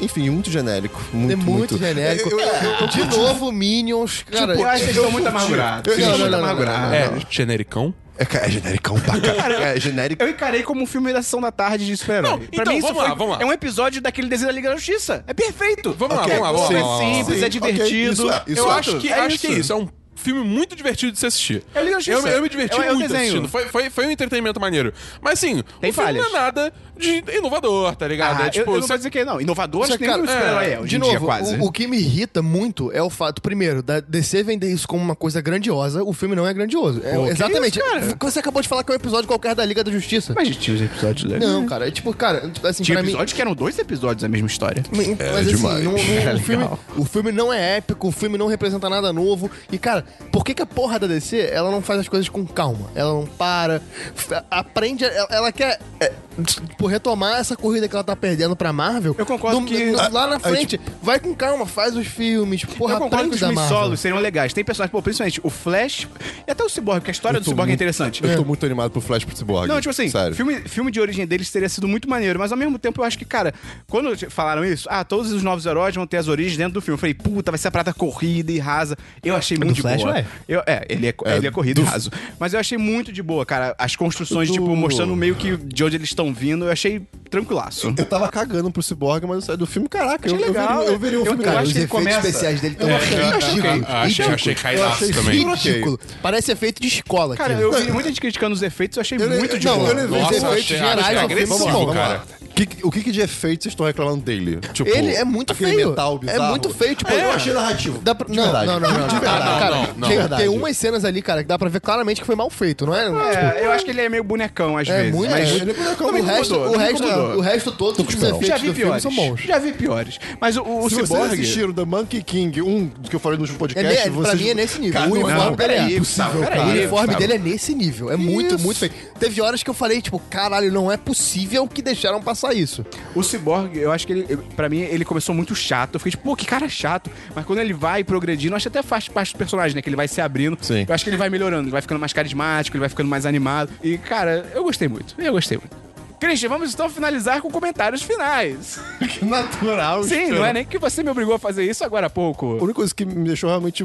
D: Enfim, muito genérico. Muito,
B: É muito genérico.
D: Eu- eu- eu- Tipo,
B: de novo, Minions, cara.
A: Eu acho que eles Tipo,
C: um
A: estão muito amargurados. Eles estão
B: Não,
A: muito
B: não, não, não,
A: amargurados.
C: É, genericão?
D: é, ca- é genericão pra caralho. É genérico.
A: Eu encarei como um filme da sessão da tarde de super-herói.
C: Não,
A: Pra
C: então,
A: mim, isso
C: vamos
A: foi,
C: lá, vamos lá.
A: É um episódio daquele desenho da Liga da Justiça. É perfeito.
C: Vamos lá,
A: Ok,
C: vamos lá, vamos lá,
A: É
C: vamos lá,
A: simples, é
D: vamos lá. Ok,
A: divertido.
D: isso é- isso
C: eu
D: é
C: acho,
D: tudo.
C: que,
A: É
C: acho que é
A: isso.
C: isso. É um filme muito divertido de se assistir.
A: É Liga da
C: eu,
A: Justiça.
C: eu me diverti
A: É um- é um
C: muito
A: desenho.
C: assistindo. Foi, foi, foi um entretenimento maneiro. Mas assim,
A: Tem
C: o filme
A: falhas.
C: não é nada de inovador, tá ligado?
A: Ah,
C: é tipo,
A: eu, eu não
C: só-
A: vou dizer que não. Inovador, acho
B: Só
A: que
B: que,
A: nenhum
B: cara,
A: super-herói é. hoje
B: De
A: em
B: novo,
A: dia, quase.
B: O, o que me irrita muito é o fato, primeiro, da DC vender isso como uma coisa grandiosa, o filme não é grandioso. É,
A: Pô, que
B: exatamente.
A: isso, cara?
B: Você acabou de falar que é um episódio qualquer da Liga da Justiça.
A: Mas tinha os episódios legais.
B: Não, cara, é tipo, cara, tipo, assim,
A: Tinha
B: pra mim.
A: episódios que eram dois episódios da mesma história.
B: Mas assim,
D: demais.
B: não- não-
A: Era
B: o, filme,
A: legal.
B: o filme não é épico, o filme não representa nada novo. E, cara, por que, que a porra da DC ela não faz as coisas com calma? Ela não para, f- aprende, ela, ela quer é, tipo, retomar essa corrida que ela tá perdendo pra Marvel.
A: Eu concordo que-
B: lá na frente, vai com calma, faz os filmes, porra,
A: eu concordo que
B: aprende
A: os
B: da
A: filmes
B: Marvel.
A: solos seriam legais. Tem personagens, pô, principalmente o Flash e até o Cyborg, porque a história
D: Eu
A: do
D: tô
A: Cyborg é
D: muito-
A: interessante.
D: Eu tô muito animado pro Flash pro Cyborg.
A: Não, tipo assim,
D: Sério.
A: filme, filme de origem deles teria sido muito maneiro, mas ao mesmo tempo eu acho que, cara, quando te- falaram isso, ah, todos os novos heróis vão ter as origens dentro do filme. Eu falei, puta, vai ser a prata corrida e rasa. Eu achei muito de
B: É, Flash,
A: boa.
B: ué?
A: Eu, é, ele é, ele é corrido e raso. Mas eu achei muito de boa, cara. As construções,
D: Do-
A: tipo, mostrando meio que de onde eles estão vindo, eu achei tranquilaço.
D: Eu tava cagando pro Cyborg, mas eu saí do filme, caraca, eu,
A: Achei
D: eu
A: legal,
D: veria, eu veria um
A: eu-
D: filme
A: eu
D: cara,
A: acho
D: os
A: que ele
D: efeitos
A: começa. É.
D: especiais
B: dele tão ridículo.
C: Ah, achei, achei caidaço também.
B: Ridículo. Parece efeito de escola,
A: Cara,
B: aquilo.
A: eu vi muita gente criticando os efeitos, eu achei
B: é-
D: Eu-
A: muito de
D: não,
A: boa.
D: eu levei
C: Nossa,
D: os efeitos
C: achei-
B: gerais
C: achei
B: do filme
C: agressivo,
B: são
D: Vamos lá, vamos
C: cara.
D: lá. Que- o que, que de efeito vocês estão reclamando dele? Tipo,
B: Ele é muito
D: aquele
B: feio.
D: metal bizarro.
B: É muito feio, tipo,
D: eu
B: é.
D: achei narrativo.
B: Dá pra...
D: De
B: não,
D: verdade.
B: não, não, não,
D: De
B: não,
D: verdade.
B: Cara,
C: Não, não.
B: tem,
D: Verdade.
B: tem umas cenas ali, cara, que dá pra ver claramente que foi mal feito, não é? Tipo,
A: É, eu acho que ele é meio bonecão às
B: é
A: vezes.
B: muito.
A: mas
B: é,
D: ele é bonecão,
B: o,
D: me
B: resto,
A: incomodou,
B: o,
A: me
B: resto,
A: incomodou.
B: o resto todo, todos os
D: esperando.
B: efeitos
A: já vi
B: do filme
A: piores.
B: são bons.
A: Já vi piores. Mas o, o
D: Se Tipo, vocês
A: Cyborg.
D: assistiram The Monkey King 1, que eu falei no último podcast,
B: É, é, pra
D: vocês...
B: mim é nesse nível.
D: Cara,
B: O
D: não,
B: uniforme
D: não,
B: dele é
A: peraí,
D: impossível,
A: Gustavo,
D: cara.
A: peraí.
B: o uniforme
A: Gustavo.
B: dele é nesse nível. É muito,
D: Isso.
B: muito feio. Teve horas que eu falei, tipo, caralho, não é possível que deixaram passar isso.
A: O Cyborg, eu acho que ele, pra mim, ele começou muito chato. Eu fiquei tipo, pô, que cara chato. Mas quando ele vai progredindo, eu acho que até faz parte do personagem, né? Que ele vai se abrindo.
D: Sim.
A: Eu acho que ele vai melhorando, ele vai ficando mais carismático, ele vai ficando mais animado. E, cara, eu gostei muito. Eu gostei muito. Christian, vamos então finalizar com comentários finais.
B: é
D: Que natural.
A: Sim, não é nem que você me obrigou a fazer isso agora há pouco.
D: A única coisa que me deixou realmente,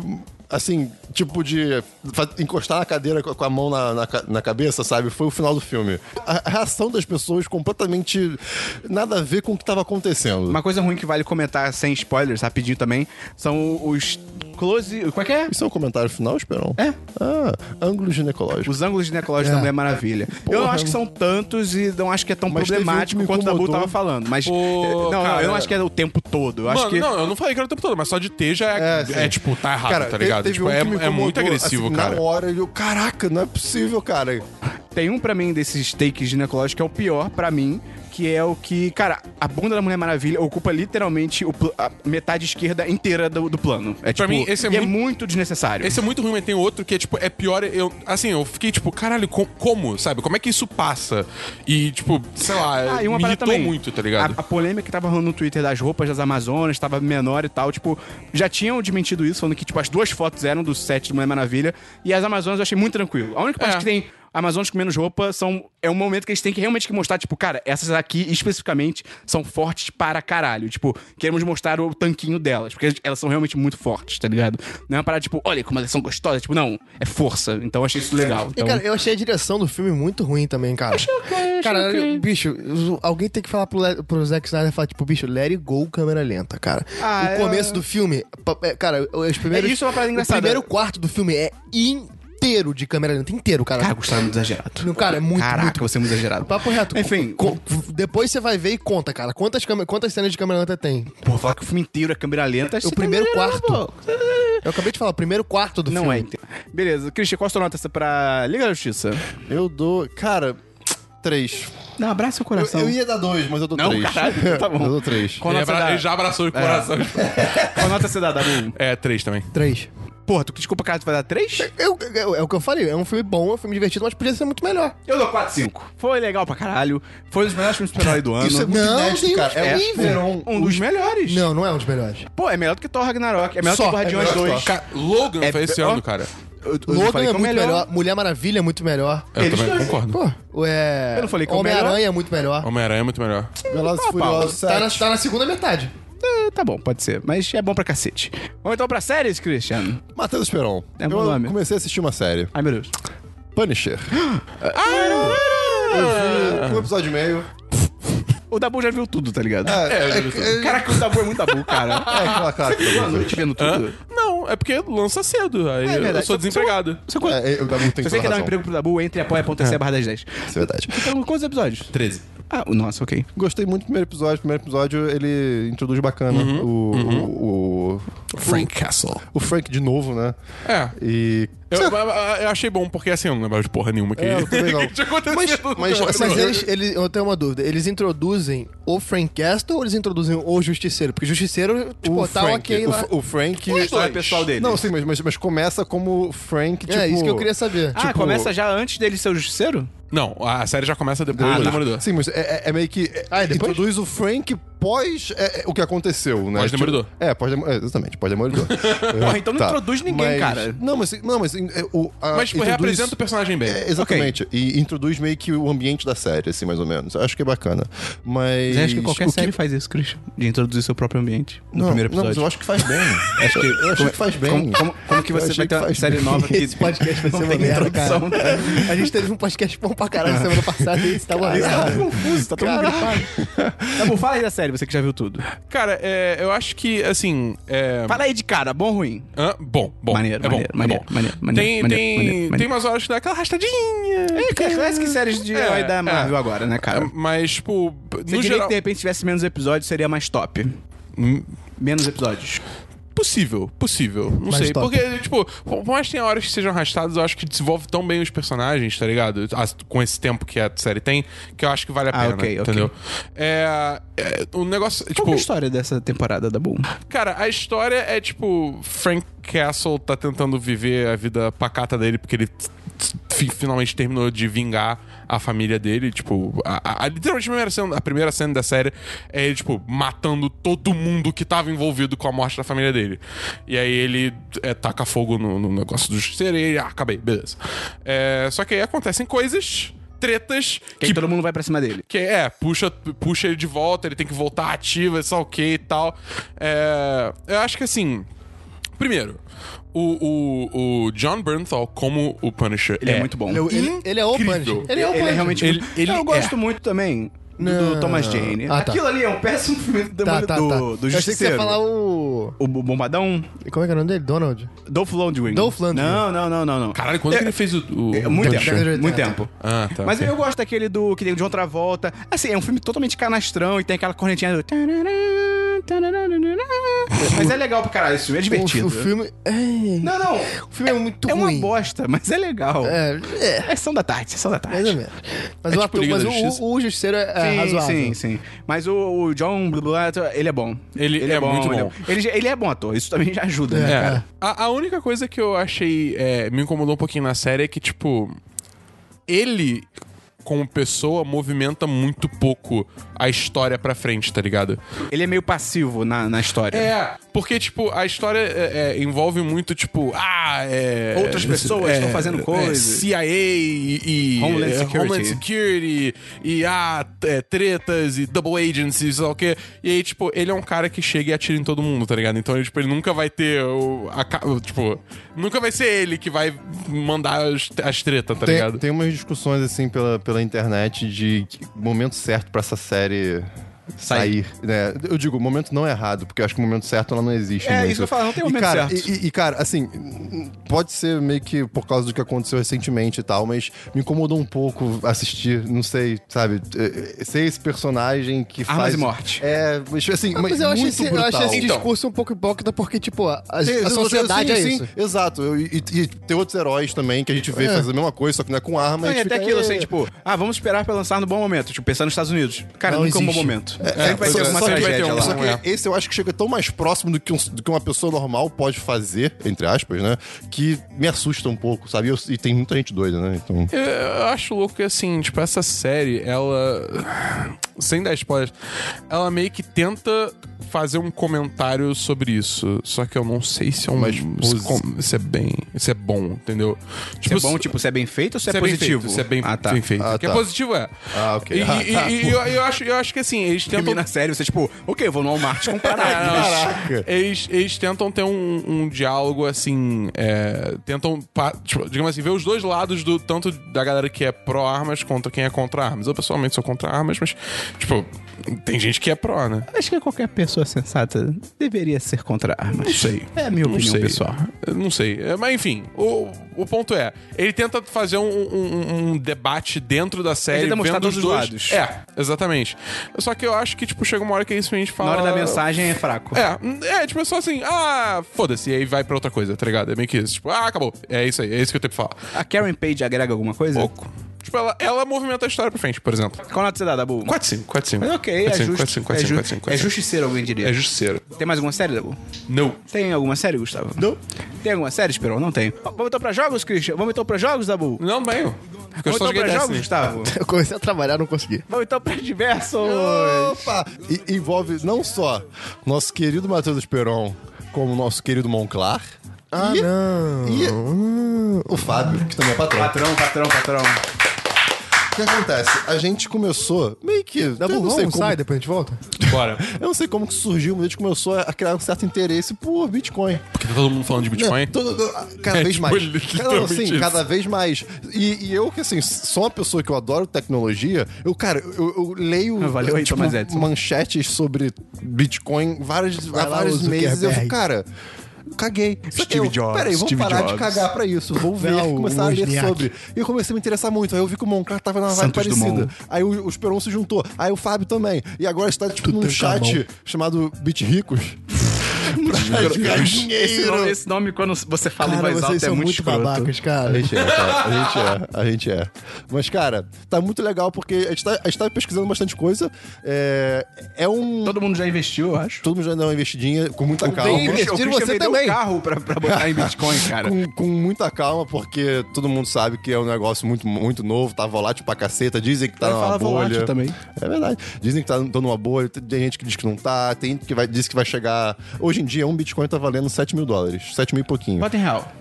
D: assim, tipo de fa- encostar na cadeira co- com a mão na, na, ca- na cabeça, sabe? Foi o final do filme. A, a reação das pessoas completamente nada a ver com o que tava acontecendo.
A: Uma coisa ruim que vale comentar sem spoilers, rapidinho também, são os close. Qual é que é?
D: Isso é um comentário final, Esperão?
A: É.
D: Ah, ângulo ginecológico.
A: Os ângulos ginecológicos
D: É.
A: da Mulher Maravilha. eu não
D: Porra.
A: acho que são tantos e não acho que é tão
D: Mas teve um
A: problemático
D: que me
A: quanto o Dabu
D: incomodou.
A: tava falando. Mas.
C: Pô,
A: eh, <laughs> não, não, eu não
C: cara.
A: acho que é o tempo todo. Eu acho
C: Mano,
A: que.
C: não, eu não falei que era o tempo todo, mas só de ter já é,
D: sim.
C: é, tipo, tá errado,
D: te-
C: tá ligado?
D: teve
C: Tipo,
D: um que
C: é,
D: me
C: é muito
D: incomodou,
C: agressivo,
D: assim,
C: cara.
D: Na hora eu, caraca, não é possível, cara.
A: Tem um pra mim desses takes ginecológicos que é o pior pra mim. Que é o que, cara, a bunda da Mulher Maravilha ocupa literalmente o pl- a metade esquerda inteira do, do plano. É tipo,
C: mim, esse é
A: e
C: muito-
A: desnecessário.
C: Esse é muito ruim, mas tem outro que é, tipo, é pior. Eu, assim, eu fiquei, tipo, caralho, co- como, sabe? Como é que isso passa? E, tipo, sei lá,
A: Ah, e uma
C: me
A: parada
C: irritou
A: também.
C: muito, tá ligado?
A: A, a polêmica que tava rolando no Twitter das roupas das Amazonas, tava menor e tal, tipo, já tinham desmentido isso, falando que, tipo, as duas fotos eram do set do Mulher Maravilha, e as Amazonas eu achei muito tranquilo. A única parte
C: É.
A: que tem Amazonas com menos roupa são, é um momento que eles têm que realmente que mostrar, tipo, cara, essas aqui especificamente são fortes para caralho. Tipo, queremos mostrar o tanquinho delas, porque elas são realmente muito fortes, tá ligado? Não é uma parada, tipo, olha como elas são gostosas, tipo, não, é força. Então eu achei isso legal.
B: E,
A: Então...
B: cara, eu achei a direção do filme muito ruim também, cara. cara, bicho, os- alguém tem que falar pro, Le- pro Zack Snyder falar, tipo, bicho, let it go, câmera lenta, cara.
A: Ah,
B: o
A: eu-
B: começo do filme, pa- é, cara, os primeiros.
A: É, isso é uma parada
B: o
A: engraçada.
B: primeiro quarto do filme é inteiro de câmera lenta, inteiro, cara.
A: Cara, Gustavo é muito exagerado.
B: Não, cara, é muito,
A: Caraca,
B: muito-
A: você é muito exagerado.
B: Papo reto.
A: Enfim,
B: Co- depois você vai ver e conta, cara. Quantas, câmera- quantas cenas de câmera lenta tem?
A: Pô, falar que o filme inteiro é câmera lenta.
B: O primeiro quarto. Eu acabei de falar, o primeiro quarto do
A: Não
B: filme.
A: é. inteiro. Beleza, Christian, qual a sua nota essa pra Liga da Justiça?
D: Eu dou, cara, três.
A: Não, abraça o
D: Eu, eu ia dar dois, mas eu dou
A: Assim? Não,
D: três.
A: caralho, tá bom.
D: <laughs> Eu dou três.
A: Qual
C: ele,
A: nota
C: abra-
A: dá?
C: ele já abraçou
A: É.
C: o coração. tipo,
A: Qual nota você dá,
C: <laughs>
A: Dabu?
C: É, três também.
B: Três.
A: Porra, tu desculpa, cara, tu vai dar 3?
B: Eu, eu- é o que eu falei, é um filme bom, é um filme divertido, mas podia ser muito melhor.
A: Eu dou 4, 5. Foi legal pra caralho. Foi um dos melhores filmes de super-herói do ano.
D: Isso é muito
B: Não,
D: inédito,
B: tem
D: cara.
B: um
D: É
B: nível.
D: um-
A: um dos melhores.
B: Não, não é um dos melhores.
A: Pô, é melhor do que Thor Ragnarok. É melhor do
B: Só,
A: que Guardiões
D: é melhor que
A: 2.
C: Cara, Logan
A: É
C: foi esse
A: pior?
C: ano, cara.
A: Eu, eu
B: Logan
A: falei
B: é
A: que
B: muito melhor. Mulher Maravilha é muito melhor.
C: Eu
A: Eles
C: também
A: dois.
C: concordo.
B: Pô, é...
A: Eu não falei que é o
B: Homem-Aranha
A: melhor?
B: é muito melhor.
C: Homem-Aranha é muito melhor.
D: Velozes e Furiosos,
B: Tá na,
D: sete.
B: tá na segunda metade.
A: É, tá bom, pode ser. Mas é bom pra cacete. Vamos então pra séries, Christian?
D: Matheus Esperon.
A: É
D: eu
A: bom nome.
D: comecei a assistir uma série.
A: Ai, meu Deus.
D: Punisher.
A: <laughs>
B: Ah!
D: Eu
A: Ah.
D: vi um episódio e meio.
A: O Dabu já viu tudo, tá
B: Ah,
A: ligado?
D: É,
A: Caraca, o Dabu é muito Dabu,
D: <laughs>
A: cara.
D: claro, claro. que
A: Boa
D: eu vi.
A: noite vendo tudo.
C: Hã? Não, é porque lança cedo. Aí eu
A: É verdade.
C: sou desempregado.
A: Você quando-
D: É, eu também
A: Se
D: tenho
A: você quer
D: toda
A: dar um
D: razão.
A: emprego pro Dabu, entre apoia.se barra 1010.
D: Isso é verdade.
A: Então, quantos episódios?
C: 13.
A: Ah, o- nossa, ok.
D: Gostei muito do primeiro episódio. O primeiro episódio ele introduz bacana
A: Uhum.
D: o, o, o-
C: Frank Castle.
D: o Frank de novo, né?
C: É.
D: E.
C: Eu, eu- eu achei bom, porque assim, eu não lembro de porra nenhuma que, <laughs>
D: É, eu também não.
C: que tinha acontecido.
D: mas-
C: no-
D: mas
B: Mas
A: é
C: no-
B: eles, eles- eu tenho uma dúvida. Eles introduzem o Frank Castle ou eles introduzem o Justiceiro? Porque o Justiceiro, tipo,
D: o
B: tá
D: Frank,
B: ok
D: o,
B: lá.
D: F- o Frank.
A: é a história pessoal dele?
D: Não, sim, mas, mas, mas começa como Frank, tipo.
B: é, isso que eu queria saber.
A: ah, começa já antes dele ser o justiceiro?
C: Não, a série já começa depois
A: Ah,
C: do
A: tá.
C: Demolidor.
D: Sim, mas é, é- é meio que. é-
B: Ah, e depois?
D: Introduz o Frank pós é, é, o que aconteceu, né?
C: Pós-demolidor.
D: Tipo, É, pós demolidor. Exatamente,
A: <laughs>
D: pós demolidor.
A: Porra, então não introduz ninguém, cara.
D: Não, mas. Não, mas. é, o, a-
C: Mas, tipo,
D: introduz-
C: reapresenta o personagem bem.
D: É, exatamente. E introduz meio que o ambiente da série, assim, mais ou menos. Eu acho que é bacana. Mas.
A: Mas acho que qualquer
D: o
A: série faz isso, Christian. De introduzir seu próprio ambiente no
D: Não,
A: primeiro
D: não,
A: episódio.
D: mas eu acho que faz bem.
A: <laughs> Acho que-
D: eu acho que faz bem.
A: Como, como- como que
D: Eu
A: você vai
D: achei que
A: ter uma
D: faz
A: série
D: bem.
A: nova
D: <laughs>
A: que
B: Esse podcast vai ser
A: não
B: uma
A: tem
B: merda, cara.
A: introdução?
B: A gente teve um podcast bom pra caralho semana passada e esse tava
A: Isso tá
B: errado.
A: confuso, tá todo mundo
B: Caralho.
A: gripado. Dabu, fala aí da série, você que já viu tudo.
C: Cara, é, eu acho que, assim... É...
A: Fala aí de cara, bom ou ruim?
C: Hã? Bom, bom.
A: Maneiro,
C: é bom,
A: maneiro,
C: é
A: maneiro,
C: bom.
A: maneiro, maneiro,
C: tem,
A: maneiro,
C: tem,
A: maneiro, maneiro.
C: tem umas horas que dá aquela arrastadinha.
A: É, parece que séries de herói
C: herói
A: da
C: da
A: Marvel agora, né, cara?
C: é. Mas, tipo,
A: Você
C: no
A: diria
C: geral... hum,
A: que de repente tivesse menos episódios, seria mais top. Menos episódios.
C: Possível, possível. Não
B: Mais
C: sei.
B: top.
C: Porque, tipo, por mais que tenha horas que sejam arrastadas, eu acho que desenvolve tão bem os personagens, tá ligado? As- Com esse tempo que a série tem, que eu acho que vale a
A: Ah,
C: pena.
A: ok, ok.
C: entendeu? É, é, O negócio.
A: Qual
C: Tipo,
A: que é a história dessa temporada da Boom?
C: cara, a história é tipo. Frank Castle tá tentando viver a vida pacata dele porque ele t- t- fi- finalmente terminou de vingar a família dele, tipo, a, a- a- literalmente a primeira, cena, a primeira cena da série é ele, tipo, matando todo mundo que tava envolvido com a morte da família dele. E aí ele é, taca fogo no, no negócio do justiceiro e ele, ah, acabei, beleza. É, só que aí acontecem coisas, tretas,
A: Que, aí todo mundo vai pra cima dele.
C: que é, puxa, puxa ele de volta, ele tem que voltar ativo, é só o que e tal. É, eu acho que assim. Primeiro, o, o, o John Bernthal, como o Punisher,
A: Ele é, muito bom.
B: Ele, ele- ele é o
C: Incrível.
B: Punisher. Ele é o
A: Ele é
B: Punisher.
A: realmente.
C: Ele- ele
A: eu
C: é.
A: gosto muito também do, do Thomas Jane.
B: Ah, tá.
A: Aquilo ali é um péssimo filme do,
B: Tá,
A: demolidor
B: tá, tá.
A: do, do
B: Eu achei que você
A: Justiceiro.
B: ia falar o...
A: O bo- Bombadão,
B: Como é que é o nome dele? Donald?
A: Dolph Lundgren.
B: Dolph Lundgren.
A: Não, não, não, não. não.
C: Caralho, quando que ele fez o. o-
A: É muito
C: o-
A: tempo,
B: Punisher.
A: muito tempo.
C: Ah, tá.
A: Mas é
C: ok.
A: eu gosto daquele do que tem o John Travolta. Assim, é um filme totalmente canastrão e tem aquela cornetinha do. Mas é legal pra caralho esse filme, é divertido.
B: O, o filme... Ai,
A: Não, não.
B: o filme é, muito
A: É uma
B: ruim.
A: bosta, <laughs> mas é legal. É,
B: É, é,
A: sessão da tarde, sessão da
B: mais ou
A: tarde.
B: menos. Mas,
C: É
B: o,
C: tipo
B: ator,
C: Liga
B: mas
C: da
B: o-
C: Justiça.
B: o, o Justiceiro é, é
A: sim,
B: razoável.
A: sim, sim. Mas o, o John, blá, blá, blá, ele é bom.
C: Ele é muito
A: ele
C: bom.
A: Ele, ele é bom ator, isso também já ajuda.
C: É.
A: né?
B: É.
C: A, a única coisa que eu achei. é, me incomodou um pouquinho na série é que, tipo. Ele, como pessoa, movimenta muito pouco a história pra frente, tá ligado?
A: Ele é meio passivo na, na história.
C: É, porque, tipo, a história é, é, envolve muito, tipo, ah, é.
A: Outras pessoas estão fazendo coisas.
C: CIA e. e
A: Homeland
C: é,
A: Security.
C: Homeland Security, E, ah, t- é, tretas e double agencies, sei lá o quê. E aí, tipo, ele é um cara que chega e atira em todo mundo, tá ligado? Então, ele, tipo, ele nunca vai ter. O, a ca- o, tipo, nunca vai ser ele que vai mandar as, as tretas, tá
D: Tem,
C: ligado?
D: tem umas discussões, assim, pela, pela internet de que momento certo pra essa série sair. né? Eu digo, momento não errado, porque eu acho que o momento certo ela não existe.
A: É,
D: muito.
A: isso que eu falo, não tem
D: E,
A: momento
D: cara,
A: certo.
D: E, e, cara, assim, pode ser meio que por causa do que aconteceu recentemente e tal, mas me incomodou um pouco assistir, não sei, sabe, eh, ser esse personagem que
A: Armas
D: faz...
A: e morte.
D: É, mas assim,
B: Ah, Mas eu achei,
D: muito
B: esse, eu
D: brutal. Então,
B: achei esse
C: Então.
B: discurso um pouco hipócrita porque, tipo, a, a- a
D: Sim, você-
B: sociedade
D: sim,
B: é
D: sim,
B: isso. <laughs>
D: Exato. Eu- E, e tem outros heróis também que a gente vê fazendo a mesma coisa, só que não é com
A: Não,
D: arma. a
A: e
D: gente
A: até
D: fica,
A: aquilo,
D: "É".
A: assim, tipo, ah, vamos esperar pra lançar no bom momento. Tipo, pensar nos Estados Unidos. Cara,
B: Não
A: nunca é um bom
B: existe.
A: momento. Sempre vai
C: pois
A: ter
C: é,
A: alguma
C: só que vai ter
A: tragédia
C: um-
A: lá.
D: Só
C: Não é.
D: que esse eu acho que chega tão mais próximo do que, um- do que uma pessoa normal pode fazer, entre aspas, né? Que me assusta um pouco, sabe? E, eu- e tem muita gente doida, né? Então.
C: Eu- É, Eu acho louco que, assim, tipo, essa série, ela. Sem dar spoilers, ela meio que tenta fazer um comentário sobre isso. Só que eu não sei se é um.
D: Mas
C: se, com- se é bem. Se é bom, entendeu?
A: Se
C: Tipo,
A: é bom, tipo, se é bem feito ou se,
C: se
A: é
C: bem
A: positivo?
C: feito, se é bem,
A: ah, tá.
C: bem feito.
D: Ah,
C: O que é
D: tá.
C: positivo é.
D: Ah, ok.
A: <laughs>
C: E,
D: Ah,
C: e-
D: tá.
C: e- e eu, eu acho, eu acho que assim, eles tentam.
A: Termina a série, você, tipo, ok, eu vou no Walmart comprar
C: <laughs>
A: nada.
D: Caraca.
C: É, Eles, eles tentam ter um, um diálogo assim. é, tentam, pa- tipo, digamos assim, ver os dois lados do tanto da galera que é pró-armas quanto quem é contra armas. Eu pessoalmente sou contra armas, mas, tipo, tem gente que é pró, né?
A: Acho que qualquer pessoa sensata deveria ser contra armas. Não sei. É a minha
C: Não sei. Eu Não sei. É, Mas enfim, o, o ponto é: ele tenta fazer um, um- um debate dentro da série.
A: tenta mostrar
C: vendo os
A: todos os lados.
C: dois. É, exatamente. Só que eu acho que, tipo, chega uma hora que é isso que a gente
A: Na
C: fala.
A: hora da mensagem é fraco.
C: É, é, tipo, é só assim, ah, foda-se, e aí vai pra outra coisa, tá ligado? É meio que isso, tipo, ah, acabou. É isso aí, é isso que eu tenho pra falar.
A: A Karen Page agrega alguma coisa?
C: Pouco. Tipo, ela, ela movimenta a história pra frente, por exemplo.
A: Qual nota você dá, Dabu?
C: 4-5, 4-5.
A: Mas ok, é justo.
C: 4-5, 4-5,
A: é, ju
C: 4-5, 4-5.
A: é justiceiro, alguém diria.
C: É justiceiro.
A: Tem mais alguma série, Dabu?
C: Não.
A: Tem alguma série, Gustavo?
D: Não.
A: Tem alguma série, Esperon? Não tem. Vamos então pra jogos, Christian? Vamos então pra jogos, Dabu?
C: Não, bem. Porque
A: Vamos
C: eu só
A: então
C: joguei
A: pra jogos,
C: Destiny.
A: Gustavo?
B: Eu comecei a trabalhar, não consegui.
A: Vamos então pra diversos.
D: Opa! E, envolve não só nosso querido Matheus Esperon, como nosso querido Monclar. Ah, e,
B: não.
D: E o Fábio, que também é patrão.
A: Patrão, patrão, patrão.
D: O que acontece? A gente começou meio que.
B: Dá um
D: eu
B: bom,
D: não sei como.
B: sai, Então depois a gente volta.
C: Bora.
D: Eu não sei como que surgiu, mas a gente começou a criar um certo interesse por Bitcoin.
C: Porque tá todo mundo falando de Bitcoin.
D: É, todo- todo- cada
C: É,
D: vez
C: tipo,
D: mais.
C: literalmente
D: Cada, não, sim,
C: isso.
D: cada vez mais. E, e eu, que assim, sou uma pessoa que eu adoro tecnologia, eu, cara, eu, eu leio
A: Ah, valeu aí,
D: tipo,
A: Thomas Edison.
D: manchetes sobre Bitcoin várias, há
B: lá,
D: vários
B: o
D: meses. Eu
B: Zuckerberg.
D: fico, cara. Caguei. Só que
A: Steve
D: eu,
A: Jobs,
D: Peraí, vou
A: Steve
D: parar de
A: Jobs.
D: cagar pra isso. Vou ver,
B: Não,
D: começar a
B: o
D: ler
B: Wozniak.
D: sobre. E eu comecei a me interessar muito. Aí eu vi que o Moncar tava numa vibe
A: Santos
D: parecida.
A: Dumont.
D: Aí o, o Esperon se juntou. Aí o Fábio também. E agora está tipo, num
A: <laughs>
B: Tutanchamon.
D: chat chamado Bit Ricos.
A: Esse nome,
D: Dinheiro.
A: esse nome, quando você fala em
B: Cara,
A: voz
B: vocês
A: alta, é
B: são
A: muito
B: muito
A: escroto.
B: babacas,
D: A
B: cara.
D: gente é,
A: <laughs>
D: cara. A gente é, a gente é. Mas, cara, tá muito legal porque a gente tá, a gente tá pesquisando bastante coisa. É, é um.
A: Todo mundo já investiu, eu acho.
D: Todo mundo já dá uma investidinha com muita
A: O
D: calma.
A: Christian- o
B: investir
A: Christian
B: você
A: vendeu
B: também.
A: um carro pra, pra botar em Bitcoin, cara.
D: Com, com muita calma, porque todo mundo sabe que é um negócio muito, muito novo, tá volátil pra caceta, dizem que tá
A: Ela
D: numa
A: fala
D: bolha.
A: volátil também.
D: É verdade. Dizem que tá tão numa bolha, tem gente que diz que não tá, tem gente que vai, diz que vai chegar. Hoje em dia, um Bitcoin tá valendo 7 mil dólares, 7 mil e pouquinho.
A: Bota em real.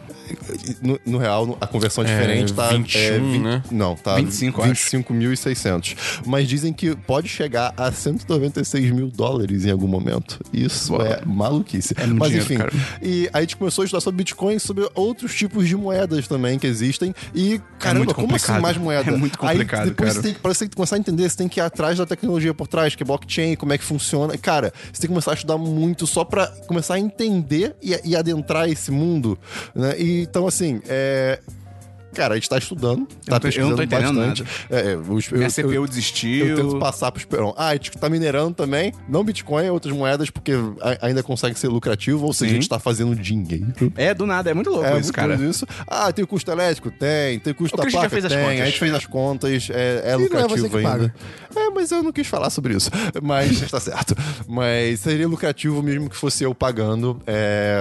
D: No, no real, no- a conversão diferente tá.
C: 21, né?
D: Não, tá.
A: 25, acho.
D: 25.600. Mas dizem que pode chegar a 196 mil dólares em algum momento. Isso é maluquice.
A: muito
D: Mas
A: dinheiro,
D: enfim.
A: cara.
D: E aí a gente começou a estudar sobre Bitcoin, sobre outros tipos de moedas também que existem. E, caramba,
A: É muito
D: como assim
A: complicado.
D: mais moeda?
A: <laughs> É muito complicado,
D: aí, depois
A: cara.
D: Você tem que, pra você começar a entender, você tem que ir atrás da tecnologia por trás, que é blockchain, como é que funciona. Cara, você tem que começar a estudar muito só pra começar a entender e, e adentrar esse mundo. Né? E, então, assim, é. Cara, a gente tá estudando, tá
A: não tô- eu não tô
D: pesquisando
A: entendendo
D: bastante. É, é, os-
A: Minha
D: eu-
A: CPU
D: eu-
A: desistiu.
D: eu tento passar pro Esperão. Ah, a gente tá minerando também, não Bitcoin, outras moedas, porque a- ainda consegue ser lucrativo, ou seja,
A: Sim.
D: a gente tá fazendo dinheiro.
A: É, do nada, é muito louco
D: É,
A: isso,
D: muito
A: cara.
D: cara. isso. Ah, tem o custo elétrico? Tem. Tem o custo
A: O
D: da
A: Christian já
D: placa?
A: fez as
D: tem.
A: contas.
D: A gente fez as contas, é, é
B: não é
D: lucrativo
B: você que
D: ainda.
B: paga.
D: É, mas eu não quis falar sobre isso.
A: <laughs>
D: Mas tá certo. Mas seria lucrativo mesmo que fosse eu pagando. É,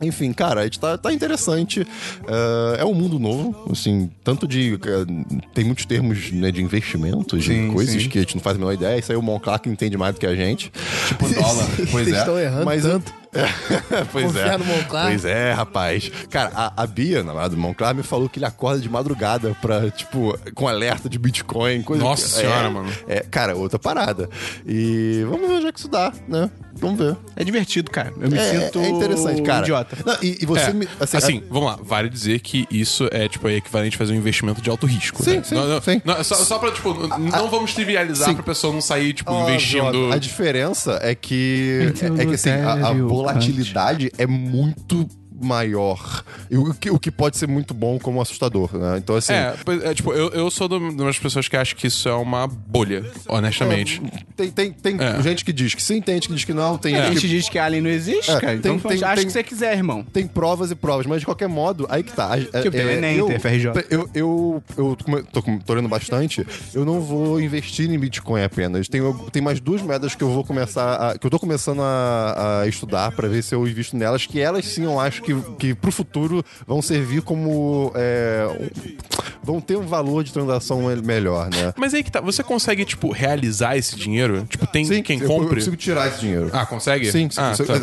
D: Enfim, cara, a gente tá, tá interessante. É, é um mundo novo, assim, tanto de. é, Tem muitos termos né, de investimentos,
A: Sim,
D: de coisas
A: sim.
D: que a gente não faz a menor ideia. Isso aí o Monclar entende mais do que a gente.
A: Tipo dólar.
D: <laughs> Pois
B: Vocês
D: é.
B: estão errando
D: mas
B: tanto.
D: <laughs> É, pois
B: Confiar
D: é.
B: no Monclar.
D: Pois é, rapaz. Cara, a, a Bia, namorada do Monclar, me falou que ele acorda de madrugada pra, tipo, com alerta de Bitcoin, coisa
C: Nossa
D: que-
C: senhora,
D: é,
C: mano.
D: É, cara, outra parada. E vamos ver onde é que isso dá, né? Vamos ver.
A: É divertido, cara. Eu me
D: É,
A: sinto
D: é interessante, cara.
A: idiota.
D: Não, e, e você
C: É,
D: me.
C: assim,
D: Assim,
C: vamos lá. Vale dizer que isso é, tipo, é equivalente a fazer um investimento de alto risco.
D: Sim,
C: né?
D: sim,
C: não, não,
D: sim.
C: não, só, só pra, tipo, n- não vamos trivializar
D: sim.
C: pra pessoa não sair, tipo,
D: Óbvio,
C: investindo.
D: óbvio. é, A diferença é que. É, é que assim, a, a volatilidade é muito maior. E o, que, o que pode ser muito bom como assustador, né? Então, assim.
C: É, pois- é, tipo, eu, eu sou do- de umas pessoas que acham que isso é uma bolha, honestamente.
D: Tem, tem, tem
C: É.
D: gente que diz que sim, tem gente que diz que não, tem
A: A
D: gente
A: gente
D: que.
A: diz que Alien não existe,
D: É,
A: cara.
D: tem-
A: então
D: tem-
A: acha
D: tem-
A: que você quiser, irmão.
D: Tem provas e provas, mas de qualquer modo, aí que tá. Tipo,
A: tem o Enem, tem FRJ.
D: Eu, eu, eu tô come- tô, com- tô lendo bastante, eu não vou investir em Bitcoin apenas. Tem, tem mais duas moedas que eu vou começar, a- que eu tô começando a, a estudar pra ver se eu invisto nelas, que elas sim eu acho que, que pro futuro vão servir como. é, um- vão ter um valor de transação melhor, né?
C: Mas aí que tá. Você consegue, tipo, realizar esse dinheiro? Tipo, tem quem
D: eu, eu
C: compre?
D: consigo tirar esse dinheiro.
C: Ah, consegue?
D: Sim, sim,
C: ah,
D: sim.
C: tá.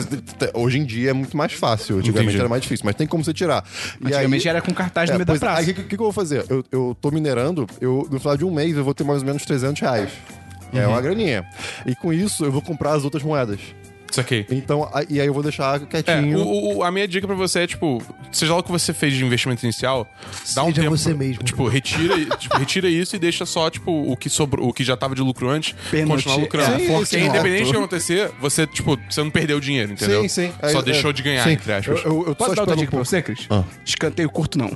D: Hoje em dia é muito mais fácil. Antigamente
C: Entendi.
D: era mais difícil, mas tem como você tirar. E
A: Antigamente
D: aí-
A: era com cartaz no
D: É,
A: meio da
D: pois é.
A: praça.
D: Aí o que, que que eu vou fazer? Eu, eu tô minerando, eu, no final de um mês eu vou ter mais ou menos 300 reais. É
C: Uhum.
D: uma graninha. E com isso eu vou comprar as outras moedas.
C: Saquei.
D: Então, aí- e aí eu vou deixar
C: É,
D: quietinho.
C: o, o- a minha dica pra você é, tipo, seja lá o que você fez de investimento inicial, dá um
B: Seja
C: tempo.
B: você mesmo.
C: Tipo, retira, e- tipo, retira isso e deixa só, tipo, o que sobrou, o que já tava de lucro antes,
A: Pênalti.
C: continuar lucrando.
A: É,
C: Porque
A: forte
C: independente
A: voto.
C: do que acontecer, você, tipo, você não perdeu o dinheiro, entendeu?
D: Sim, sim.
C: Só
D: Aí-
C: deixou
D: é,
C: de ganhar,
D: sim.
C: entre aspas.
D: Eu, eu, eu tô
A: Posso
D: só
A: dar outra
D: esperando um
A: dica pra
D: pouco.
A: você, Cris?
D: Ah.
A: Escanteio curto, não.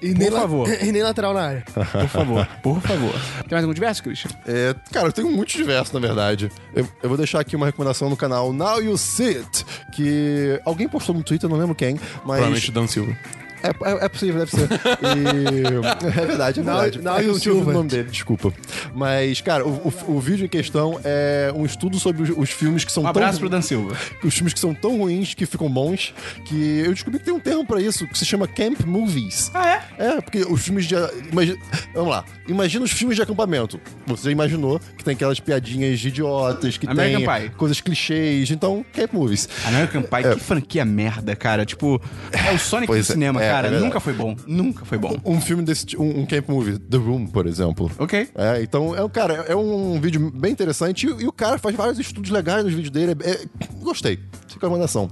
B: E nem la-
A: favor.
B: <laughs> E nem lateral na área.
A: Por
D: <laughs>
A: favor, por favor. Tem mais algum diverso, Um Christian?
D: É, cara, eu tenho muitos diversos, na verdade. Eu, eu vou deixar aqui uma recomendação no canal Now You See It, que alguém postou no Twitter, não lembro quem, mas
C: Provavelmente o Dan Silva.
D: É, é- é possível, deve ser. E- É verdade, é
B: Now-
D: verdade.
B: now
D: eu
B: you
D: não tinha ouvido
B: prove
D: o nome dele, desculpa. Mas, cara, o, o- o vídeo em questão é um estudo sobre os, os filmes que são
A: Um
D: tão...
A: abraço pro Dan Silva.
D: Os filmes que são tão ruins que ficam bons, que eu descobri que tem um termo pra isso, que se chama camp movies.
A: Ah, é?
D: É, porque os filmes de. imagi- Vamos lá. Imagina os filmes de acampamento. Você já imaginou que tem aquelas piadinhas de idiotas, que
A: American
D: tem
A: Pie.
D: coisas clichês. Então, camp movies.
A: American Pie, Ah, é que franquia merda, cara. Tipo, é o Sonic do
D: É. Pois é,
A: cinema,
D: é,
A: cara.
D: é verdade.
A: nunca foi bom. Nunca foi bom.
D: um filme desse ti- um, um camp movie, The Room, por exemplo.
A: Ok.
D: É, então, é, um- cara, é um vídeo bem interessante e, e o cara faz vários estudos legais nos vídeos dele. É- é- gostei. Fica a recomendação.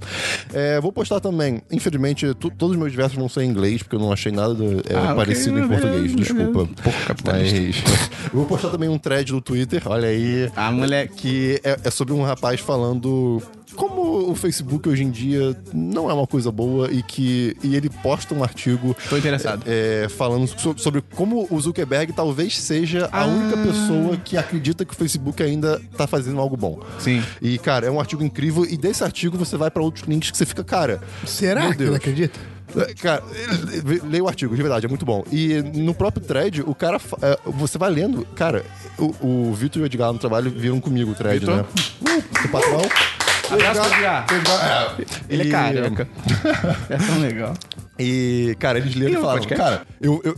D: É, vou postar também, infelizmente, tu- todos os meus versos vão ser em inglês, porque eu não achei nada é,
A: Ah, ok.
D: parecido em português, desculpa.
A: Porco capitalista.
D: Mas, <laughs> eu vou postar também um thread do Twitter, olha aí.
A: Ah, moleque.
D: Que é, é sobre um rapaz falando como o Facebook hoje em dia não é uma coisa boa e que e ele posta um artigo
A: Tô interessado.
D: é, falando so- sobre como o Zuckerberg talvez seja
A: Ah.
D: a única pessoa que acredita que o Facebook ainda tá fazendo algo bom.
A: Sim.
D: E, cara, é um artigo incrível. E desse artigo você vai pra outros links que você fica, cara.
B: Será
D: Meu
B: que ele
D: Deus. É,
B: acredita?
D: Cara, leia o artigo, de verdade, é muito bom. E no próprio thread, o cara. fa- é, você vai lendo. Cara, o, o Vitor e o Edgar no trabalho viram comigo o thread,
A: Vitor?
D: né? O patrão. é.
A: Abraço, Edgar. Ele
D: E-
A: é
D: <laughs>
A: careca. É tão legal.
D: E, cara, eles leram
A: Tem
D: e
A: um
D: falaram,
A: podcast?
D: cara, eu. eu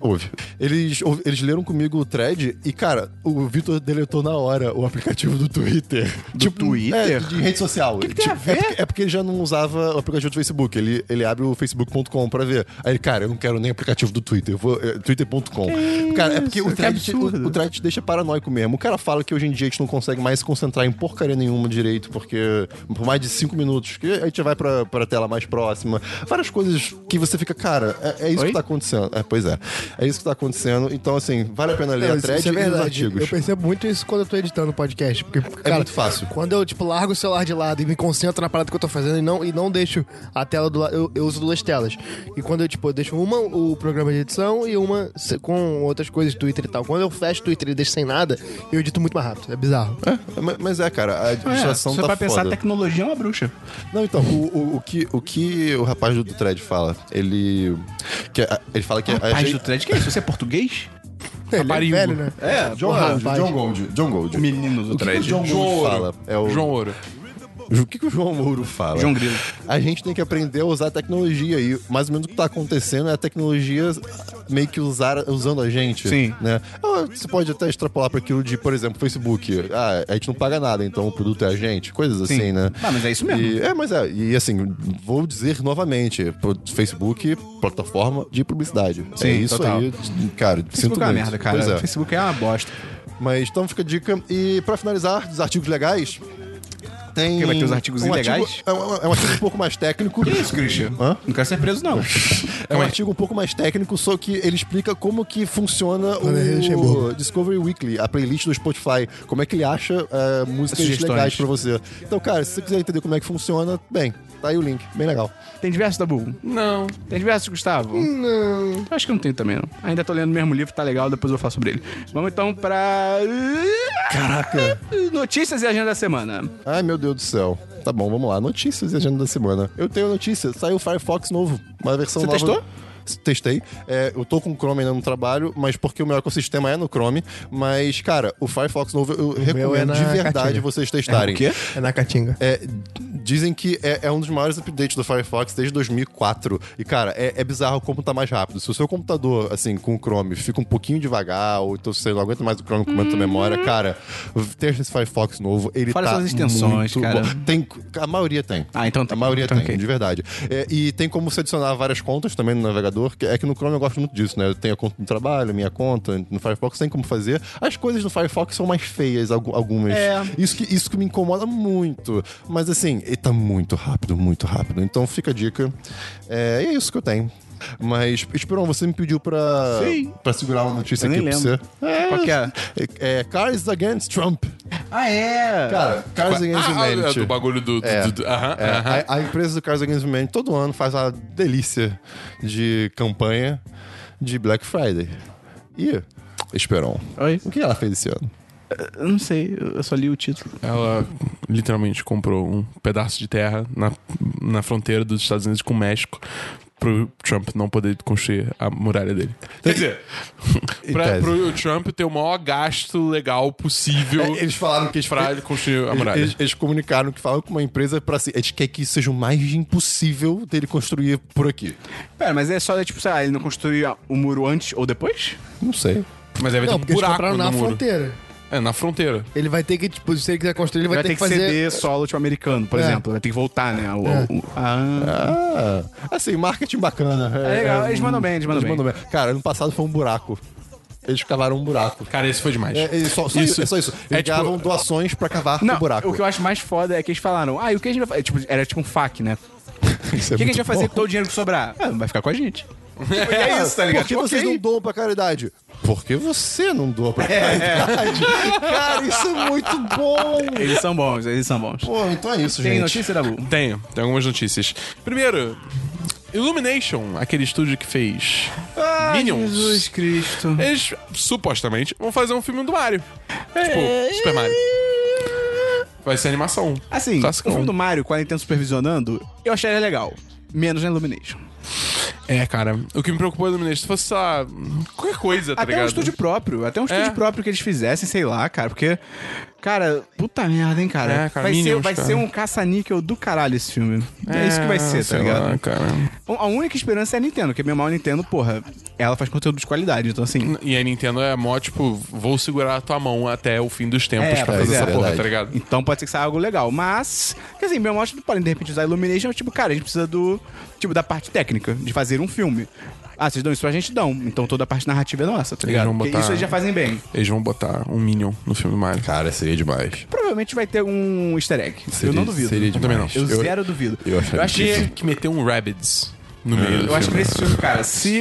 D: ouve. Eles, ouve- eles leram comigo o thread e, cara, o Vitor deletou na hora o aplicativo do Twitter. Do
A: Twitter?
D: É, de rede social.
A: tem a
D: Tipo, é,
A: ver?
D: porque, é porque ele já não usava o aplicativo do Facebook. Ele, ele abre o facebook.com pra ver. Aí, ele, cara, eu não quero nem aplicativo do Twitter. Eu vou. é, Twitter.com. Cara, é porque
A: isso?
D: o
A: Que
D: thread, te- o,
A: absurdo.
D: o thread te deixa paranoico mesmo. O cara fala que hoje em dia a gente não consegue mais se concentrar em porcaria nenhuma direito, porque por mais de cinco minutos, que a gente vai pra, pra tela mais próxima. Várias coisas que você fica, cara, é, é isso
A: Oi?
D: que tá acontecendo. É, pois é. É isso que tá acontecendo. Então, assim, vale a pena ler
B: Não,
D: a
B: isso-
D: thread
B: isso é
D: e os
B: verdade. Eu
D: artigos. É
B: percebo muito isso quando eu tô editando podcast. Porque, cara,
D: muito fácil.
B: Quando eu, tipo, largo o celular de lado e me concentro na parada que eu tô fazendo e não, e não deixo a tela do lado. Eu, eu uso duas telas. E quando eu, tipo, eu deixo uma o programa de edição e uma se- com outras coisas, Twitter e tal. Quando eu fecho o Twitter e deixo sem nada, eu edito muito mais rápido. É bizarro.
D: É, mas- mas é, cara, a administração
A: só
D: tá
A: pra
D: foda.
A: pensar, a tecnologia é uma bruxa.
D: Não, então, o, o, o que, o que o rapaz do thread fala? Ele. Que, a- ele fala que. a
A: Paz
D: gente-
A: do thread, que é isso? Você é português?
B: <laughs> Ele é
C: Raparigo.
B: velho, né?
A: É,
D: John
B: Porra,
D: Gold,
B: rapaz.
D: John Gold, John Gold.
A: O menino do
D: O que que o
A: thread.
D: John
C: João
D: Gold
C: Ouro.
D: fala? É o
C: João Ouro.
D: O que, que o João Mouro fala?
A: João Grilo.
D: A gente tem que aprender a usar a tecnologia e mais ou menos o que tá acontecendo é a tecnologia meio que usar, usando a gente.
A: Sim.
D: Né? Ah, Você pode até extrapolar para aquilo de, por exemplo, Facebook. Ah, a gente não paga nada, então o produto é a gente. Coisas
A: Sim.
D: assim, né?
A: Ah, mas é isso mesmo.
D: E, é, mas é. E assim, vou dizer novamente: pro- Facebook, plataforma de publicidade.
A: Sim,
D: é isso
A: total.
D: aí. Cara, sinto
A: Facebook é uma
D: muito.
A: merda, cara.
D: Pois é.
A: Facebook é uma bosta.
D: Mas então fica a dica. E pra finalizar, dos artigos legais. Tem.
A: Porque vai ter os artigos
D: um artigo-
A: ilegais?
D: é, um, é um artigo um pouco mais técnico.
A: Que isso, Christian?
D: Hã?
A: Não quero ser preso, não.
D: É um
C: Ué.
D: artigo um pouco mais técnico, só que ele explica como que funciona
B: Olha, Luxemburgo.
D: o Discovery Weekly, a playlist do Spotify. Como é que ele acha é, músicas
A: Sugestões.
D: legais pra você. Então, cara, se você quiser entender como é que funciona, bem, tá aí o link. Bem legal.
A: Tem diversos, Dabu?
C: Não.
A: Tem diversos, Gustavo? Não. Acho que eu não tenho também, não. Ainda tô lendo o mesmo livro, tá legal, depois eu vou falar sobre ele. Vamos então pra. uh,
D: Caraca.
A: Notícias e agenda da semana.
D: Ai, meu Deus do céu. Tá bom, vamos lá. Notícias e agenda da semana. Eu tenho notícia. Saiu o Firefox novo. Uma versão
A: Você
D: nova.
A: testou?
D: Testei. É, eu tô com o Chrome ainda no trabalho, mas porque o meu ecossistema é no Chrome. Mas, cara, o Firefox novo eu recomendo
B: é na
D: de verdade
B: caixinha.
D: vocês testarem.
B: É na Caatinga.
D: É, dizem que é, é um dos maiores updates do Firefox desde 2004. E, cara, é, é bizarro como tá mais rápido. Se o seu computador, assim, com o Chrome, fica um pouquinho devagar, ou então você não aguenta mais o Chrome com muita memória, cara, testa esse Firefox novo. Ele
A: Fora
D: tá
A: suas extensões,
D: muito
A: cara.
D: bom. Tem, a maioria tem.
A: Ah, então tem.
D: A maioria
A: Então,
D: tem,
A: ok.
D: de verdade. É, e tem como você adicionar várias contas também no navegador, que é que no Chrome eu gosto muito disso, né? Eu tenho a conta do trabalho, minha conta, no Firefox tem como fazer. As coisas no Firefox são mais feias, algu- algumas.
A: É.
D: Isso que, isso que me incomoda muito. Mas assim, ele tá muito rápido, muito rápido. Então fica a dica. É, e é isso que eu tenho. Mas, Esperon, você me pediu pra,
A: Sim.
D: pra segurar uma notícia
A: Eu
D: aqui
A: nem
D: pra você.
A: lembro. Qual que é?
D: É, é Cars Against Trump.
A: Ah, é!
D: Cara, Cars Against
C: Ah, ah,
D: Humanity.
C: do bagulho do. do-
D: É.
C: do- do- Aham,
D: É,
C: aham.
D: a, a empresa do Cars Against Humanity todo ano faz uma delícia de campanha de Black Friday. E, Esperon,
A: Oi?
D: o que ela fez esse ano?
A: Eu não sei, eu só li o título.
C: Ela literalmente comprou um pedaço de terra na, na fronteira dos Estados Unidos com o México pro Trump não poder construir a muralha dele. Quer dizer, pra,
D: tese.
C: pro Trump ter o maior gasto legal possível
D: É, Eles falaram que eles
C: pra ele construir a muralha.
D: Eles, eles comunicaram que falaram com uma empresa pra assim, a gente quer que isso seja o mais impossível dele construir por aqui.
A: Pera, mas é só, tipo, sei lá, ele não construiu o muro antes ou depois?
D: Não sei.
C: Mas deve ter
B: Não,
C: um
B: porque eles
C: buraco
B: compraram
C: no
B: na
C: muro.
B: fronteira.
C: É, na fronteira.
B: Ele vai ter que, tipo, se ele quiser construir, ele vai,
A: Vai,
B: ter, que fazer.
A: ceder solo, tipo, americano, por
B: É.
A: exemplo. Vai ter que voltar, né? O, o- o- Ah.
D: Ah, assim, marketing bacana.
A: É legal, eles mandam bem, eles mandam bem.
D: Cara, ano passado foi um buraco. Eles cavaram um buraco.
C: Cara, esse foi demais.
D: É, é só, só
C: Isso.
D: isso. É só isso.
C: É
D: Eles
C: tipo-
D: davam doações pra cavar
A: Não,
D: o É, buraco.
A: o que eu acho mais foda é que eles falaram, ah, e o que a gente vai fazer? Tipo, era tipo um fac, né? O que, a gente vai fazer com todo o dinheiro que sobrar? Ah, vai ficar com a gente. Tipo, e é isso, tá ligado?
D: Por que
A: Tipo,
D: vocês
A: ok. É,
D: não doam pra caridade? Porque você não doa pra caridade. Cara, isso é muito bom.
A: Eles são bons, eles são bons.
D: Pô, então é isso,
A: Tem
D: gente.
A: notícia, Dabu?
C: Tenho, tem algumas notícias. Primeiro, Illumination, aquele estúdio que fez Minions.
A: Jesus Cristo.
C: Eles, supostamente, vão fazer um filme do Mario. Tipo, Super Mario. Vai ser animação.
A: Assim,
C: Classicão.
A: o filme do Mario, com a Nintendo supervisionando, eu acharia legal. Menos na Illumination.
C: É, cara. O que me preocupou do Illumination se fosse sei lá, qualquer coisa, tá
A: até
C: ligado? É.
A: um estúdio próprio. Até um estúdio próprio que eles fizessem, sei lá, cara. Porque, cara, puta merda, hein, cara.
C: É, cara,
A: vai ser,
C: Minions,
A: vai
C: cara.
A: ser um caça-níquel do caralho esse filme. É, isso que vai ser, tá
C: sei
A: ligado?
C: lá, cara.
A: A única esperança é a Nintendo, porque mesmo a Nintendo, porra, ela faz conteúdo de qualidade. Então, assim,
C: E a Nintendo é mó, tipo, vou segurar a tua mão até o fim dos tempos
A: É,
C: pra
A: pois
C: fazer
A: é,
C: essa porra,
D: verdade.
C: tá ligado?
A: Então pode ser que saia algo legal. Mas, quer dizer, meu acho que podem de repente usar Illumination, mas, tipo, cara, a gente precisa do. Tipo, da parte técnica, de fazer um filme. Ah, vocês dão isso pra gente? Dão. Então toda a parte narrativa é nossa, tá
C: Eles
A: ligado?
C: vão
A: Porque
C: botar-
A: isso eles já fazem bem.
C: Eles vão botar um Minion no filme do Mario.
D: Cara, seria demais.
A: Provavelmente vai ter um easter egg.
D: Seria-
A: eu não duvido.
D: Seria
C: Eu também não.
D: demais.
A: Eu, zero duvido.
D: eu acharia
C: Tinha que meter um Rabbids no meio do
A: é Eu acho que
C: filme.
A: nesse filme, cara, se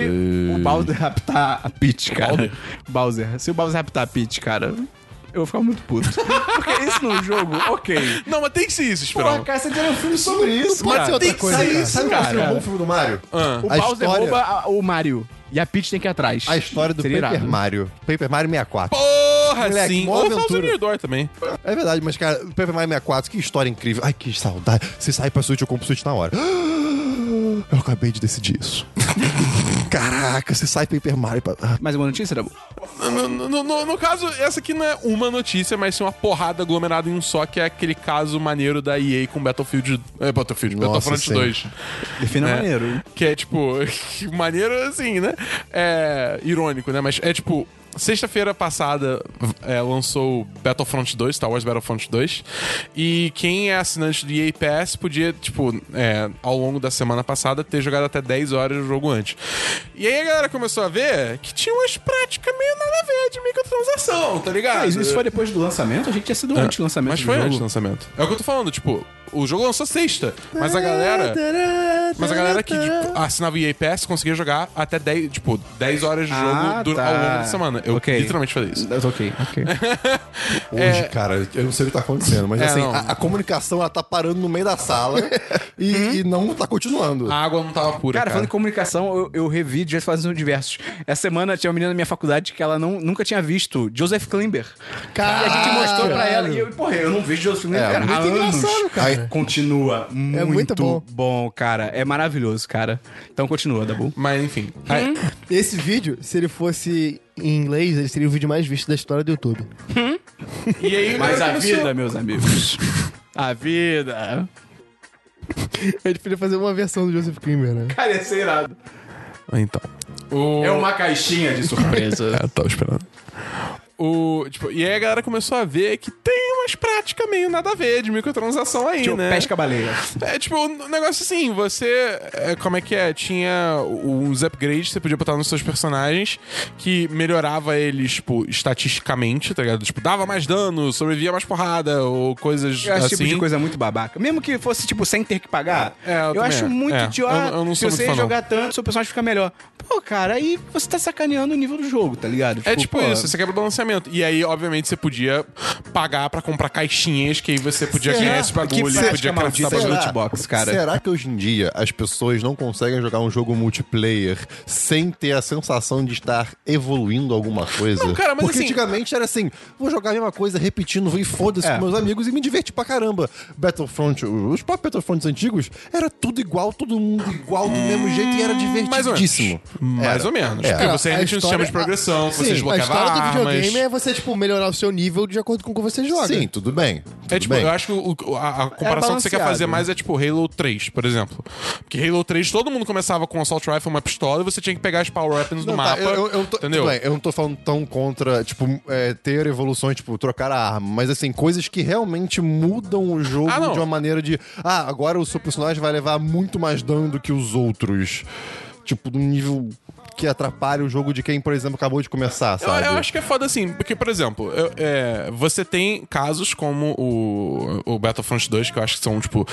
A: o Bowser raptar a Peach, cara.
C: Balder?
A: Bowser. Se o Bowser raptar a Peach, cara, eu vou ficar muito puto. Porque isso no jogo, ok.
C: Não, mas tem que ser isso, Esperão.
A: Porra, cara, você tem um filme sobre isso,
B: Pode
A: cara.
B: ser outra coisa,
D: Sabe,
B: cara.
D: sabe qual seria um bom filme do Mario?
A: O
D: A
A: Bowser
D: história-
A: rouba a- o Mario. E a Peach tem que ir atrás.
D: A história do
A: Seria
D: Paper
A: irado.
D: Mario. Paper Mario 64.
C: Porra,
D: Moleque,
C: sim.
D: mó
C: Ou o
D: aventura.
C: Thousand Door também.
D: É verdade, mas cara, Paper Mario 64, que história incrível. Ai, que saudade. Se sair pra Switch, eu compro Switch na hora. <gasps> Eu acabei de decidir isso. <laughs> Caraca, se sai Paper Mario pra... Ah,
A: Mais uma notícia, Dabu?
C: No, no- no- no caso, essa aqui não é uma notícia, mas sim uma porrada aglomerada em um só, que é aquele caso maneiro da EA com Battlefield. É, Battlefield,
D: Nossa,
C: Battlefront
D: sim.
C: 2.
A: Defina
C: né?
A: maneiro.
C: Que é tipo. <laughs> que maneiro assim, né? É. Irônico, né? Mas é tipo. Sexta-feira passada é, lançou Battlefront 2, Star Wars Battlefront 2. E quem é assinante do EA Pass podia, tipo, é, ao longo da semana passada, ter jogado até 10 horas do jogo antes. E aí a galera começou a ver que tinha umas práticas meio nada a ver de microtransação, tá ligado?
A: É, isso, foi depois do lançamento? A gente tinha sido um antes do lançamento
C: É. Mas
A: do
C: foi
A: jogo.
C: antes do lançamento. É o que eu tô falando, tipo, o jogo lançou sexta, mas a galera. Mas a galera que tipo, assinava o EA Pass conseguia jogar até 10, tipo, 10 horas de jogo
A: Ah,
C: dura-
A: tá.
C: ao longo da semana. Eu
A: Ok.
C: literalmente falei isso.
A: Ok, ok.
D: Hoje, cara, eu não sei o que tá acontecendo, mas
C: É,
D: assim,
C: não.
D: a, a comunicação ela tá parando no meio da sala e, e não tá continuando.
C: A água não tava pura,
A: Cara,
C: cara.
A: falando em comunicação, eu, eu revi dias fazendo diversos. Essa semana tinha uma menina na minha faculdade que ela não, nunca tinha visto, Joseph Klimber.
B: Cara,
A: e
D: Ah,
A: a gente mostrou pra ela. E eu, porra, eu não vejo Joseph Klimber
D: É,
A: cara, há
D: muito
A: anos. É,
D: engraçado, cara.
A: Continua muito,
B: muito bom.
A: bom. cara. É maravilhoso, cara. Então continua, Dabu.
C: Mas enfim. Aí-
B: Esse vídeo, se ele fosse em inglês, ele seria o vídeo mais visto da história do YouTube.
C: e aí,
A: Mas
C: galera
A: a
C: começou-
A: vida, meus amigos. A vida.
B: A gente podia fazer uma versão do Joseph Klimber, né?
A: Cara, ia ser irado.
C: Então. O...
A: É uma caixinha de
C: <laughs>
A: surpresa.
C: É, eu tava esperando. O, tipo, e aí a galera começou a ver que tem umas práticas meio nada a ver de microtransação aí,
A: Tipo,
C: né?
A: pesca baleia.
C: É tipo, um negócio assim, você. é, como é que é? Tinha uns upgrades que você podia botar nos seus personagens que melhorava eles, tipo, estatisticamente, tá ligado? Tipo, dava mais dano, sobrevivia mais porrada, ou coisas
A: Eu acho
C: assim.
A: esse tipo de coisa muito babaca. Mesmo que fosse, tipo, sem ter que pagar,
C: É, eu
A: eu,
C: também
A: acho
C: acho.
A: muito
C: É,
A: idiota.
C: eu- eu não
A: se
C: sou muito
A: você
C: fã, não.
A: jogar tanto, seu personagem fica melhor. Pô, cara, aí você tá sacaneando o nível do jogo, tá ligado?
C: É tipo
A: pô,
C: isso, você quebra o balanceamento. E aí, obviamente, você podia pagar pra comprar caixinhas, que aí você podia
D: Será?
C: ganhar esse
A: Que
C: bagulho,
A: prática
C: podia
A: maldita
C: craftar
A: é
C: bagulho.
A: loot box, cara.
D: Será que hoje em dia as pessoas não conseguem jogar um jogo multiplayer sem ter a sensação de estar evoluindo alguma coisa?
C: Não, cara, mas
D: Porque
C: assim-
D: antigamente era assim, vou jogar a mesma coisa repetindo, vou e foda-se
A: É.
D: com meus amigos e me divertir pra caramba. Battlefront, os próprios Battlefronts antigos, era tudo igual, todo mundo igual, do mesmo jeito e era
C: Mais ou menos.
D: divertidíssimo.
C: tipo, Mais
D: Era. É.
C: ou menos.
D: Era.
C: Porque você
B: A
C: ainda tinha um
B: história-
C: sistema de progressão,
B: Sim,
C: você desbloqueava
B: a história do
C: armas.
B: videogame é você, tipo, melhorar o seu nível de acordo com o que você joga.
D: Sim, tudo bem. tudo
C: É tipo,
D: bem. É
C: eu acho que o- o- a, a comparação que você quer
A: balanceado,
C: fazer
A: né?
C: mais é tipo Halo 3, por exemplo. Porque Halo 3 todo mundo começava com um Assault Rifle, uma pistola e você tinha que pegar as Power Weapons
D: Não,
C: do
D: tá,
C: mapa.
D: eu, eu- eu tô,
C: entendeu?
D: tudo bem, eu não tô falando tão contra, tipo, é, ter evoluções, tipo, trocar a arma, mas assim, coisas que realmente mudam o jogo
C: Ah, não.
D: de uma maneira de. Ah, agora o seu personagem vai levar muito mais dano do que os outros. Tipo, num nível que atrapalha o jogo de quem, por exemplo, acabou de começar,
C: Eu,
D: sabe?
C: eu acho que é foda assim, porque, por exemplo, eu- é, você tem casos como o, o Battlefront 2, que eu acho que são, tipo,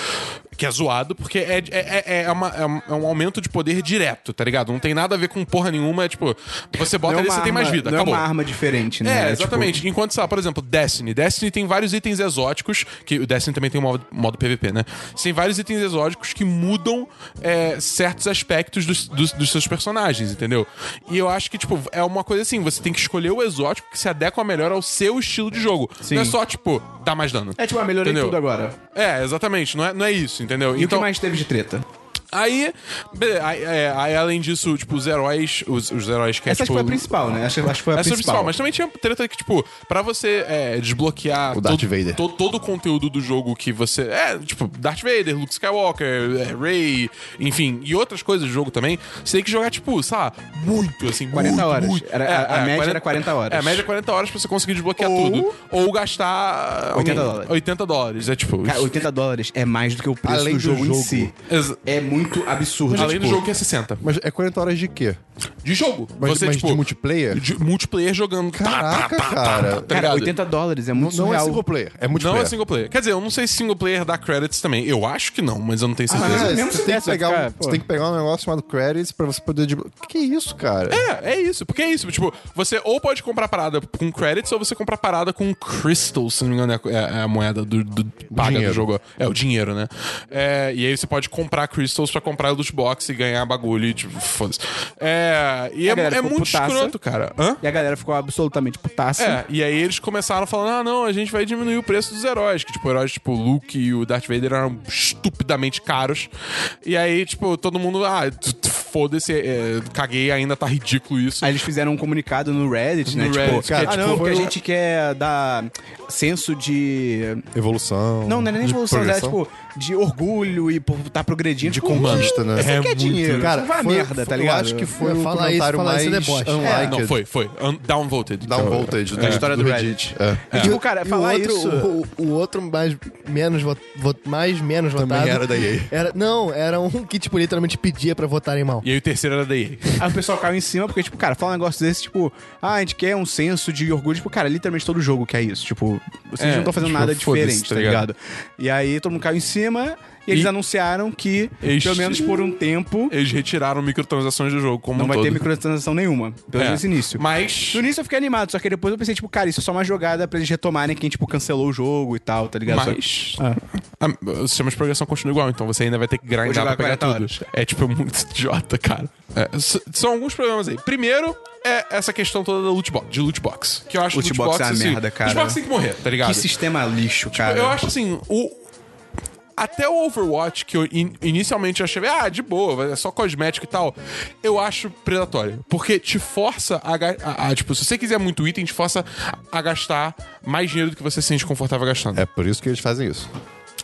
C: que é zoado, porque é, é, é, é, uma- é um- é um aumento de poder direto, tá ligado? Não tem nada a ver com porra nenhuma, é tipo, você bota
A: Não é
C: ali,
A: uma
C: você tem mais
A: arma-
C: vida,
A: Não
C: acabou.
A: é uma arma diferente, né?
C: É,
A: tipo,
C: exatamente. Enquanto, sei lá, por exemplo, Destiny. Destiny tem vários itens exóticos, que o Destiny também tem um modo, modo PVP, né? Tem vários itens exóticos que mudam é, certos aspectos dos, dos- dos seus personagens, entendeu? E eu acho que, tipo, é uma coisa assim, você tem que escolher o exótico que se adequa melhor ao seu estilo de jogo. Não é só, tipo, dar mais dano.
A: é tipo, ah, melhorei
C: Entendeu?
A: tudo agora.
C: É, exatamente. Não é, não é isso, entendeu?
A: E o que mais teve de treta?
C: aí, be- aí, é, aí, além disso, tipo, os heróis... Os, os heróis que é,
A: Essa acho
C: tipo...
A: que foi a principal, né? Acho, acho que foi a
C: Essa é a
A: principal.
C: principal, mas também tinha treta que, tipo, pra você é, desbloquear
D: O Darth
C: todo-
D: Vader.
C: to- todo o conteúdo do jogo que você. É, tipo, Darth Vader, Luke Skywalker, é, Rey, enfim, e outras coisas do jogo também, você tem que jogar, tipo, sei lá, muito, assim,
A: 40
C: muito,
A: horas.
C: muito.
A: Era- a- a média era 40 horas.
C: É, a média é 40 horas pra você conseguir desbloquear
A: Ou-
C: tudo. Ou gastar.
A: 80 dólares.
C: 80 dólares, é tipo.
A: Cara, 80 dólares é mais do que o preço
D: Além
A: do,
D: do
A: jogo, em
D: jogo.
A: si.
C: Exa-
A: É muito absurdo.
C: Além
A: tipo,
C: do jogo que é 60.
D: Mas é 40 horas de quê?
C: De jogo.
D: Mas,
C: você,
D: mas
C: tipo.
D: de multiplayer?
C: de multiplayer jogando. Tá,
D: Caraca, cara.
C: tá
A: Cara,
C: ligado?
A: 80 dólares é muito
D: Não é
A: surreal.
D: single player, é
C: Não
D: multiplayer.
C: é single player. Quer dizer, eu não sei se single player dá credits também. Eu acho que não, mas eu não tenho certeza.
D: É,
A: Mesmo
D: você,
A: se
D: tem
A: desse,
D: que pegar um,
A: cara, pô.
D: você tem que pegar um negócio chamado credits pra você poder... desblo- Que isso, cara?
C: É, é isso. Porque é isso. Tipo, você ou pode comprar parada com credits ou você compra parada com crystals, se não me engano, é a- é a, moeda do, do- paga do
D: dinheiro.
C: jogo. É o dinheiro, né? É, e aí você pode comprar crystals pra comprar loot box e ganhar bagulho e tipo, foda-se. É, e é,
A: A galera
C: é
A: ficou
C: muito
A: putaça.
C: escroto, cara. Hã?
A: E a galera ficou absolutamente putaça.
C: É, e aí eles começaram falando: ah, não, a gente vai diminuir o preço dos heróis. Que, tipo, heróis tipo o Luke e o Darth Vader eram estupidamente caros. E aí, tipo, todo mundo, ah, t- t- foda-se, é, caguei, ainda tá ridículo isso.
A: Aí eles fizeram um comunicado no Reddit, né?
C: No
A: tipo,
C: Reddit,
A: cara,
C: que é,
A: ah,
C: tipo,
A: não, porque a
C: eu-
A: gente quer dar senso de.
D: Evolução.
A: Não, não é nem
D: de
A: evolução, é
D: progressão.
A: tipo, de orgulho e por tá progredindo.
D: De
A: Tipo,
D: conquista, né?
A: Você
C: É
A: quer
C: muito,
A: dinheiro,
C: né?
A: cara.
D: Cara,
A: Vai a
D: foi-
A: merda, tá
D: eu
A: ligado?
D: acho que foi o
B: Falar isso,
D: comentário
B: falar isso é
D: mais
B: deboche.
D: unliked.
C: não, foi, foi. Un- downvoted.
D: Downvoltage
A: né?
D: da história do Reddit. É.
A: E, tipo, cara,
B: E o
A: falar
B: outro,
A: isso.
B: O, o outro mais menos, vo- vo- mais menos
D: Também
B: votado.
D: era da EA.
B: Era, não, era um que, tipo, literalmente pedia pra votarem mal.
C: E aí o terceiro era da EA.
A: Aí o pessoal caiu em cima, porque, tipo, cara, fala um negócio desse, tipo, ah, a gente quer um senso de orgulho. Tipo, cara, literalmente todo jogo quer isso. Tipo, vocês
C: É,
A: não estão fazendo
C: tipo,
A: nada
C: foda-se,
A: diferente,
C: tá
A: tá ligado? E aí todo mundo caiu em cima e eles
C: E-
A: anunciaram que,
C: Eles-
A: pelo menos por um tempo,
C: Eles retiraram microtransações do jogo como
A: não
C: um
A: vai
C: todo.
A: ter microtransação nenhuma. Pelo
C: É.
A: menos nesse início.
C: Mas...
A: No início eu fiquei animado, só que depois eu pensei, tipo, cara, isso é só uma jogada pra eles retomarem quem, tipo, cancelou o jogo e tal, tá ligado? Só-
C: Mas a- o sistema de progressão continua igual, então você ainda vai ter que grindar
A: jogar
C: pra pegar
A: 40
C: tudo.
A: horas.
C: É tipo <laughs> muito idiota, cara. É, s- são alguns problemas aí. Primeiro é essa questão toda da loot box, de loot box. Que eu acho
A: Loot
C: que
A: box é uma merda, cara.
C: Loot box tem que morrer, tá ligado?
A: Que sistema lixo, cara.
C: Eu acho assim, o. Até o Overwatch, que eu in- inicialmente eu achei, ah, de boa, é só cosmético e tal, eu acho predatório. Porque te força a, ga- a- a- Tipo, se você quiser muito item, te força a gastar mais dinheiro do que você se sente confortável gastando.
D: É por isso que eles fazem isso.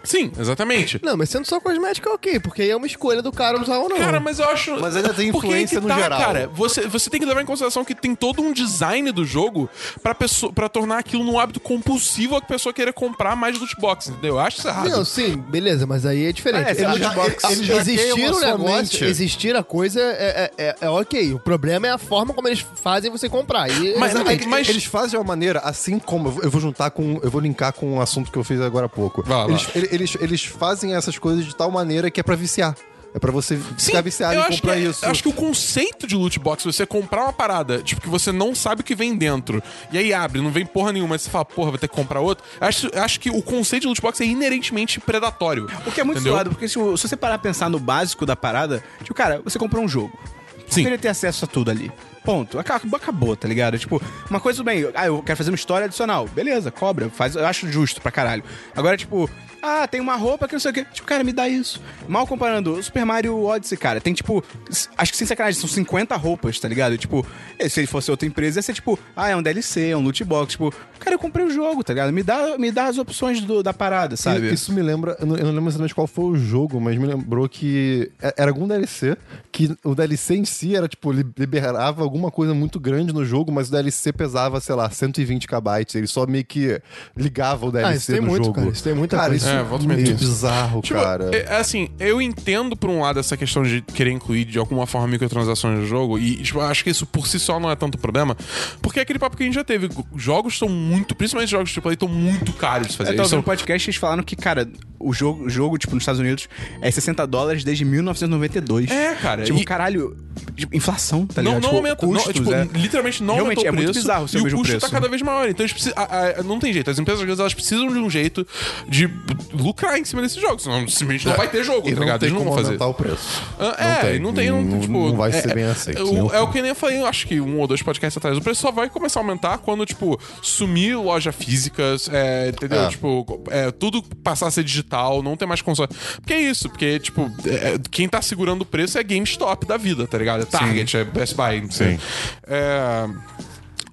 C: Sim, exatamente.
B: Não, mas sendo só cosmético é ok, porque aí é uma escolha do cara usar ou não.
C: Cara, mas eu acho.
D: Mas ainda tem
C: Porque aí
D: influência
C: que tá,
D: no geral.
C: Cara, você, você tem que levar em consideração que tem todo um design do jogo pra, pessoa, pra tornar aquilo num hábito compulsivo a pessoa querer comprar mais loot box, entendeu? Eu acho isso errado.
B: Não, sim, beleza, mas aí é diferente.
A: Ah, é, você
B: Eles-
A: já-
B: eles-
D: eles já
B: existir o
D: queimam sua
B: negócio,
D: mente.
B: existir a coisa é, é- é- é ok. O problema é a forma como eles fazem você comprar. E-
C: Mas-
B: exatamente.
C: mas- mas-
D: Eles fazem de uma maneira, assim como. eu vou- Eu vou juntar com. Eu vou linkar com um assunto que eu fiz agora há pouco.
C: Vai lá,
D: eles, ele- eles, eles fazem essas coisas de tal maneira que é pra viciar. É pra você ficar viciado
C: eu
D: e
C: acho
D: comprar
C: que, é,
D: isso.
C: eu Acho que o conceito de loot box, você comprar uma parada, tipo, que você não sabe o que vem dentro, e aí abre, não vem porra nenhuma, aí você fala, porra, vou ter que comprar outro. Acho, acho que o conceito de loot box é inerentemente predatório.
A: O que é muito
C: entendeu?
A: zoado, porque se, o- se você parar a pensar no básico da parada, tipo, cara, você comprou um jogo. Você
C: Sim.
A: deveria ter acesso a tudo ali. Ponto. Acabou, acabou, tá ligado? Tipo, uma coisa tudo bem, ah, eu quero fazer uma história adicional. Beleza, cobra, faz, eu acho justo pra caralho. Agora, tipo, ah, tem uma roupa que não sei o quê. Tipo, cara, me dá isso. Mal comparando, o Super Mario Odyssey, cara, tem tipo, s- acho que sem sacanagem, são 50 roupas, tá ligado? Tipo, e se ele fosse outra empresa, ia ser tipo, ah, é um DLC, é um loot box. Tipo, cara, eu comprei o jogo, tá ligado? Me dá, me dá as opções do- da parada, sabe?
D: E Isso me lembra, eu não, eu não lembro exatamente qual foi o jogo, mas me lembrou que é- era algum DLC, que o DLC em si era tipo, li- liberava algum alguma coisa muito grande no jogo, mas o DLC pesava, sei lá, 120 KB. Ele só meio que ligava o DLC
B: isso tem
D: no
B: muito,
D: jogo.
B: cara, isso tem muita
D: cara,
B: coisa.
D: Isso é,
C: É, volta e meia
D: muito
C: tem isso.
D: bizarro,
C: Tipo,
D: cara.
C: é- assim, eu entendo por um lado essa questão de querer incluir de alguma forma microtransações no jogo, e tipo, eu acho que isso por si só não é tanto problema, porque é aquele papo que a gente já teve. Jogos são muito, principalmente jogos AAA, estão muito caros de fazer. é
A: Eu tava
C: Eles são-
A: ouvindo um podcast e eles falaram que, cara, o jogo, o jogo, tipo, nos Estados Unidos é 60 dólares desde 1992.
C: É, cara,
A: Tipo,
C: e-
A: caralho, tipo, inflação, tá
C: não,
A: ligado?
C: não
A: tipo,
C: aumenta,
A: custos,
C: não, tipo,
A: é.
C: literalmente não
A: Realmente,
C: aumentou
A: é
C: o
A: muito
C: preço.
A: bizarro ser o
C: e o
A: mesmo
C: custo tá
A: preço.
C: cada vez maior. Então, eles precisam, a- a- não tem jeito. As empresas às vezes, elas precisam de um jeito de lucrar em cima desses jogos, senão simplesmente
A: É,
C: não vai ter jogo,
D: e
C: tá
D: não
C: ligado?
D: tem
C: Eles não
D: como
C: vão fazer.
D: aumentar o preço.
C: Ah, é, não tem, não, tipo,
D: não vai
C: é-
D: ser bem assim,
C: é-
D: aceito.
C: é o- É, o que nem eu falei, eu acho que um ou dois podcasts atrás. O preço só vai começar a aumentar quando, tipo, sumir loja física, é, entendeu?
D: É.
C: Tipo, é, tudo passar a ser digital, não ter mais console. Porque é isso, porque, tipo, é, quem tá segurando o preço é GameStop da vida, tá ligado? É Target, é Best Buy, não sei.
D: Sim.
C: É.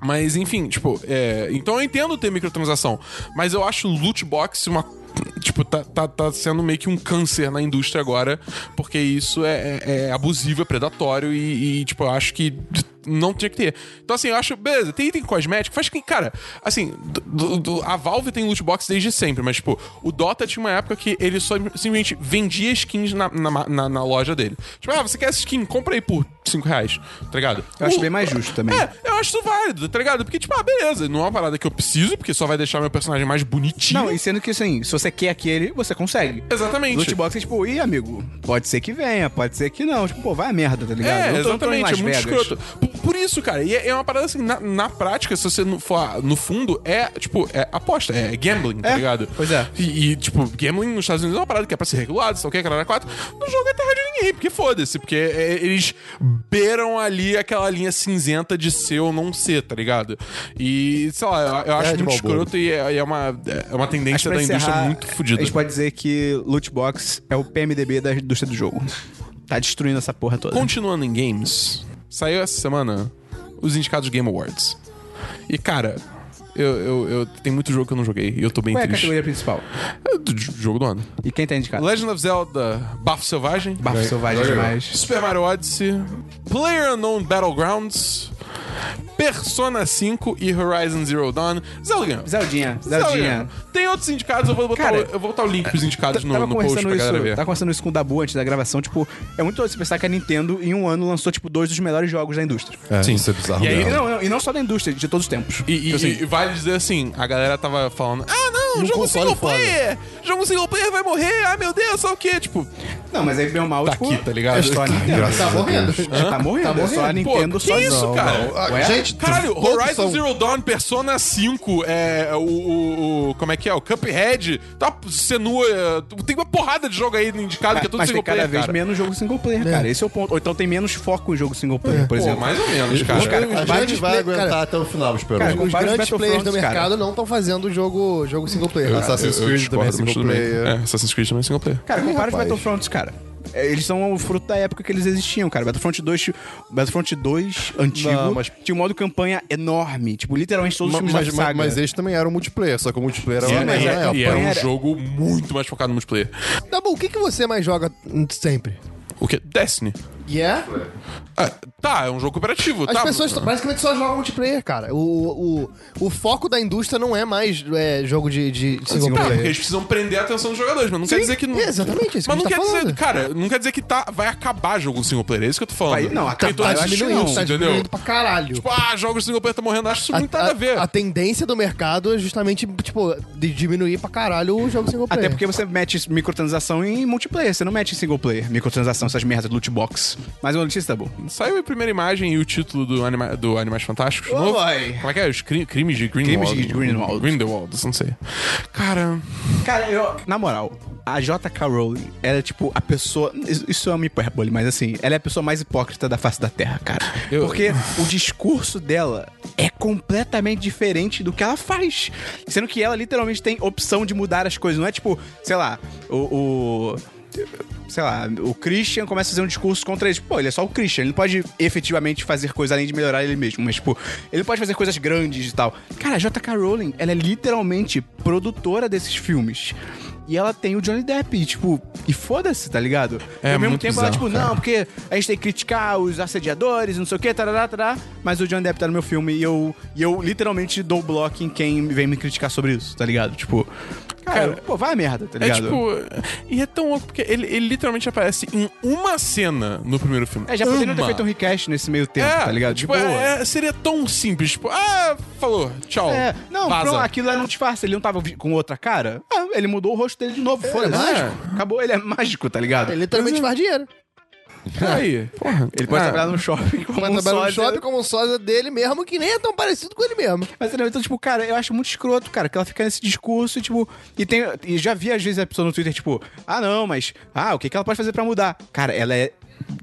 C: Mas enfim, tipo, é, então eu entendo ter microtransação, mas eu acho loot box uma tipo tá, tá, tá sendo meio que um câncer na indústria agora, porque isso é, é- é abusivo, é predatório e, e, tipo eu acho que não tinha que ter. Então assim, eu acho, beleza, tem item cosmético, faz que, cara, assim, do- do- do- a Valve tem loot box desde sempre, mas tipo, o Dota tinha uma época que ele só simplesmente vendia skins na, na, na- na loja dele. Tipo, ah, você quer essa skin? Compra aí por 5 reais, tá ligado?
A: Eu acho
C: O-
A: bem mais justo também.
C: é, eu acho isso válido, tá ligado? Porque, tipo, ah, beleza, não é uma parada que eu preciso, porque só vai deixar meu personagem mais bonitinho.
A: Não, e sendo que assim, se você quer aquele, você consegue.
C: Exatamente.
A: Loot box é tipo, ih, amigo, pode ser que venha, pode ser que não. Tipo, pô, vai a merda, tá ligado?
C: É,
A: Eu tô- eu tô em
C: exatamente, é
A: Las
C: muito
A: Vegas.
C: escroto. Por, por isso, cara, e é, é uma parada assim, na, na prática, se você não for, ah, no fundo, é, tipo, é aposta, é gambling, tá
A: É,
C: ligado?
A: pois é.
C: E, e, tipo, gambling nos Estados Unidos é uma parada que é pra ser regulado, só que é caralho 4. No jogo é terra de ninguém, porque foda-se, porque é, eles beiram ali aquela linha cinzenta de ser ou não ser, tá ligado? E, sei lá, eu,
A: É
C: eu acho
D: de
C: muito
D: Marlboro.
C: escroto e é, e é uma, é uma
A: Acho
C: tendência
A: que
C: da
A: pra
C: indústria
A: encerrar,
C: muito
A: A
C: fodida.
A: gente pode dizer que loot box é o PMDB da indústria do jogo. Tá destruindo essa porra toda.
C: Continuando em games, saiu essa semana os indicados Game Awards. E, cara, eu, eu, eu- tem muito jogo que eu não joguei e eu tô bem
A: Qual é a
C: triste.
A: categoria principal?
C: É do j- jogo do ano.
A: E quem tá indicado?
C: Legend of Zelda, Bafo Selvagem.
A: Bafo selvagem demais.
C: Super Mario Odyssey, Player Unknown Battlegrounds, Persona 5 e Horizon Zero Dawn. Zelda ganhou.
A: Zeldinha,
C: Zelda
A: Zeldinha.
C: ganhou. Tem outros indicados, eu vou botar,
A: Cara,
C: o, eu vou botar o link pros indicados no,
A: tava
C: no post pra
A: conversando isso,
C: galera ver.
A: Tava conversando isso com o Dabu antes da gravação. Tipo, é muito doido você pensar que a Nintendo, em um ano, lançou, tipo, dois dos melhores jogos da indústria.
D: É,
C: Sim.
D: Isso é bizarro
C: E aí,
A: E
D: mesmo.
A: não, não, e não só da indústria, de todos os tempos.
C: E, e- e vale dizer assim, a galera tava falando, ah não,
D: Num
C: jogo
D: console
C: single player! Jogo single player vai morrer, ah meu Deus, só o quê? Tipo,
A: Não, mas aí bem ou mal,
C: Tá
A: tipo,
C: aqui, tá ligado?
A: É só a Nintendo.
D: Graças
B: Tá
D: a Deus.
B: morrendo.
A: Já tá morrendo, é só a
C: pô,
A: Nintendo
C: que
A: só
C: isso,
A: não.
C: cara?
D: Ah,
A: Ué?
D: Gente,
C: Caralho,
D: todos
C: Horizon
D: são-
C: Zero Dawn, Persona 5, é, o, o- o- Como é que é? O Cuphead, tá Senua. é, Tem uma porrada de jogo aí indicado que é tudo
A: mas tem
C: single
A: cada
C: player.
A: vez
C: cara.
A: menos jogo single player, cara. Esse é o ponto. Ou então tem menos foco em jogo single player,
B: É.
A: por
C: Pô,
A: exemplo.
C: mais ou menos, cara.
A: cara,
D: A
B: Vai
D: gente vai
B: display-
D: aguentar
B: cara,
D: até o final,
A: Cara,
D: esperando.
B: Os
A: Compara os
B: grandes players do
A: Battlefronts, cara.
B: mercado não estão fazendo jogo, jogo single player. cara.
C: assim.
D: Assassin's Creed também é
C: discordo, mas
D: single
C: tudo bem.
D: player.
C: É, Assassin's Creed também é single player.
A: Cara,
D: Ih,
A: compara os
D: rapaz.
A: Battlefronts, cara. É, Eles são o fruto da época que eles existiam, cara. Battlefront 2, Battlefront 2 antigo,
D: Não, mas-
A: tinha um modo campanha enorme. Tipo, literalmente todos os
D: Ma-
A: times
D: mas,
A: da
D: ma-
A: saga.
D: mas eles também eram multiplayer, só que o multiplayer
C: E
D: era
C: é-
D: mais
C: e
D: na
C: é-
D: época.
C: e era um
A: Era-
C: jogo muito mais focado no multiplayer.
B: Tá bom, o que, que você mais joga hum, sempre?
C: O que? Destiny.
B: Yeah?
C: Ah, tá, é um jogo cooperativo.
B: As
C: tá,
B: pessoas t- basicamente só jogam multiplayer, cara. O, o, o foco da indústria não é mais é, jogo de, de single
C: Tá, porque
B: player.
C: eles precisam prender a atenção dos jogadores, mas não quer dizer que não.
B: é exatamente isso que
C: mas
B: a
C: não
B: gente tá
C: quer dizer,
B: falando.
C: cara, não quer dizer que tá, vai acabar jogo single player, é isso que eu tô falando.
A: Vai- não,
C: Porque
A: acabar,
C: todos
A: eu acho
B: Tá
A: que
C: diminuindo,
A: não,
B: diminuindo, tá
C: entendeu?
B: diminuindo pra caralho.
C: Tipo, ah, jogo single player tá morrendo, acho isso muito nada a ver.
B: a tendência do mercado é justamente, tipo, de diminuir pra caralho o jogo single player.
A: Até porque você mete microtransação em multiplayer, você não mete em single player. Microtransação, essas merdas, loot box. Mais uma notícia, tá bom?
C: Saiu a primeira imagem e o título do, anima do Animais Fantásticos
A: Oh,
C: novo.
A: boy.
C: Como é que é? Os cri- crimes de Greenwald.
A: Crimes de Grindelwald.
C: Grindelwald, não sei. Cara,
A: Cara, eu. Na moral, a J.K. Rowling, ela é tipo a pessoa. Isso isso é uma hipérbole, mas assim, ela é a pessoa mais hipócrita da face da Terra, cara.
C: Eu-
A: Porque o discurso dela é completamente diferente do que ela faz. Sendo que ela literalmente tem opção de mudar as coisas. Não é tipo, sei lá, o. o- Sei lá, o Christian começa a fazer um discurso contra ele. Tipo, Pô, ele é só o Christian, ele não pode efetivamente fazer coisa além de melhorar ele mesmo. Mas, tipo, ele pode fazer coisas grandes e tal. Cara, a J.K. Rowling, ela é literalmente produtora desses filmes. E ela tem o Johnny Depp, e, tipo, e foda-se, tá ligado?
C: É,
A: e ao mesmo
C: muito
A: tempo ela,
C: bizarro,
A: tipo,
C: cara.
A: não, porque a gente tem que criticar os assediadores, não sei o quê, tarará, tarará, mas o Johnny Depp tá no meu filme e eu, e eu literalmente dou bloco em quem vem me criticar sobre isso, tá ligado? Tipo, cara,
C: Cara,
A: pô, vai a merda, tá
C: É
A: ligado?
C: tipo. E é tão louco porque ele, ele literalmente aparece em uma cena no primeiro filme.
A: É, já poderia ter
C: Uma.
A: feito um request nesse meio tempo, tá ligado?
C: Tipo, é- é- seria tão simples. Tipo, ah, falou, tchau.
A: É, não,
C: vaza.
A: pronto, aquilo era um disfarce. Ele não tava vi- com outra cara. Ah, ele mudou o rosto dele de novo. Foda-se.
C: mágico.
A: Acabou, ele é mágico, tá ligado?
B: Ele literalmente faz dinheiro.
A: é.
C: Aí, porra.
A: Ele pode
C: Ah,
A: trabalhar no shopping como
B: Mas
A: um
B: trabalha
A: sósia.
B: no shopping como um sósia dele mesmo, que nem é tão parecido com ele mesmo.
A: Mas entendeu? então, tipo, cara, eu acho muito escroto, cara, que ela fica nesse discurso e, tipo, e tem. E já vi às vezes a pessoa no Twitter, tipo, ah, não, mas. Ah, o que, que ela pode fazer pra mudar? Cara, ela é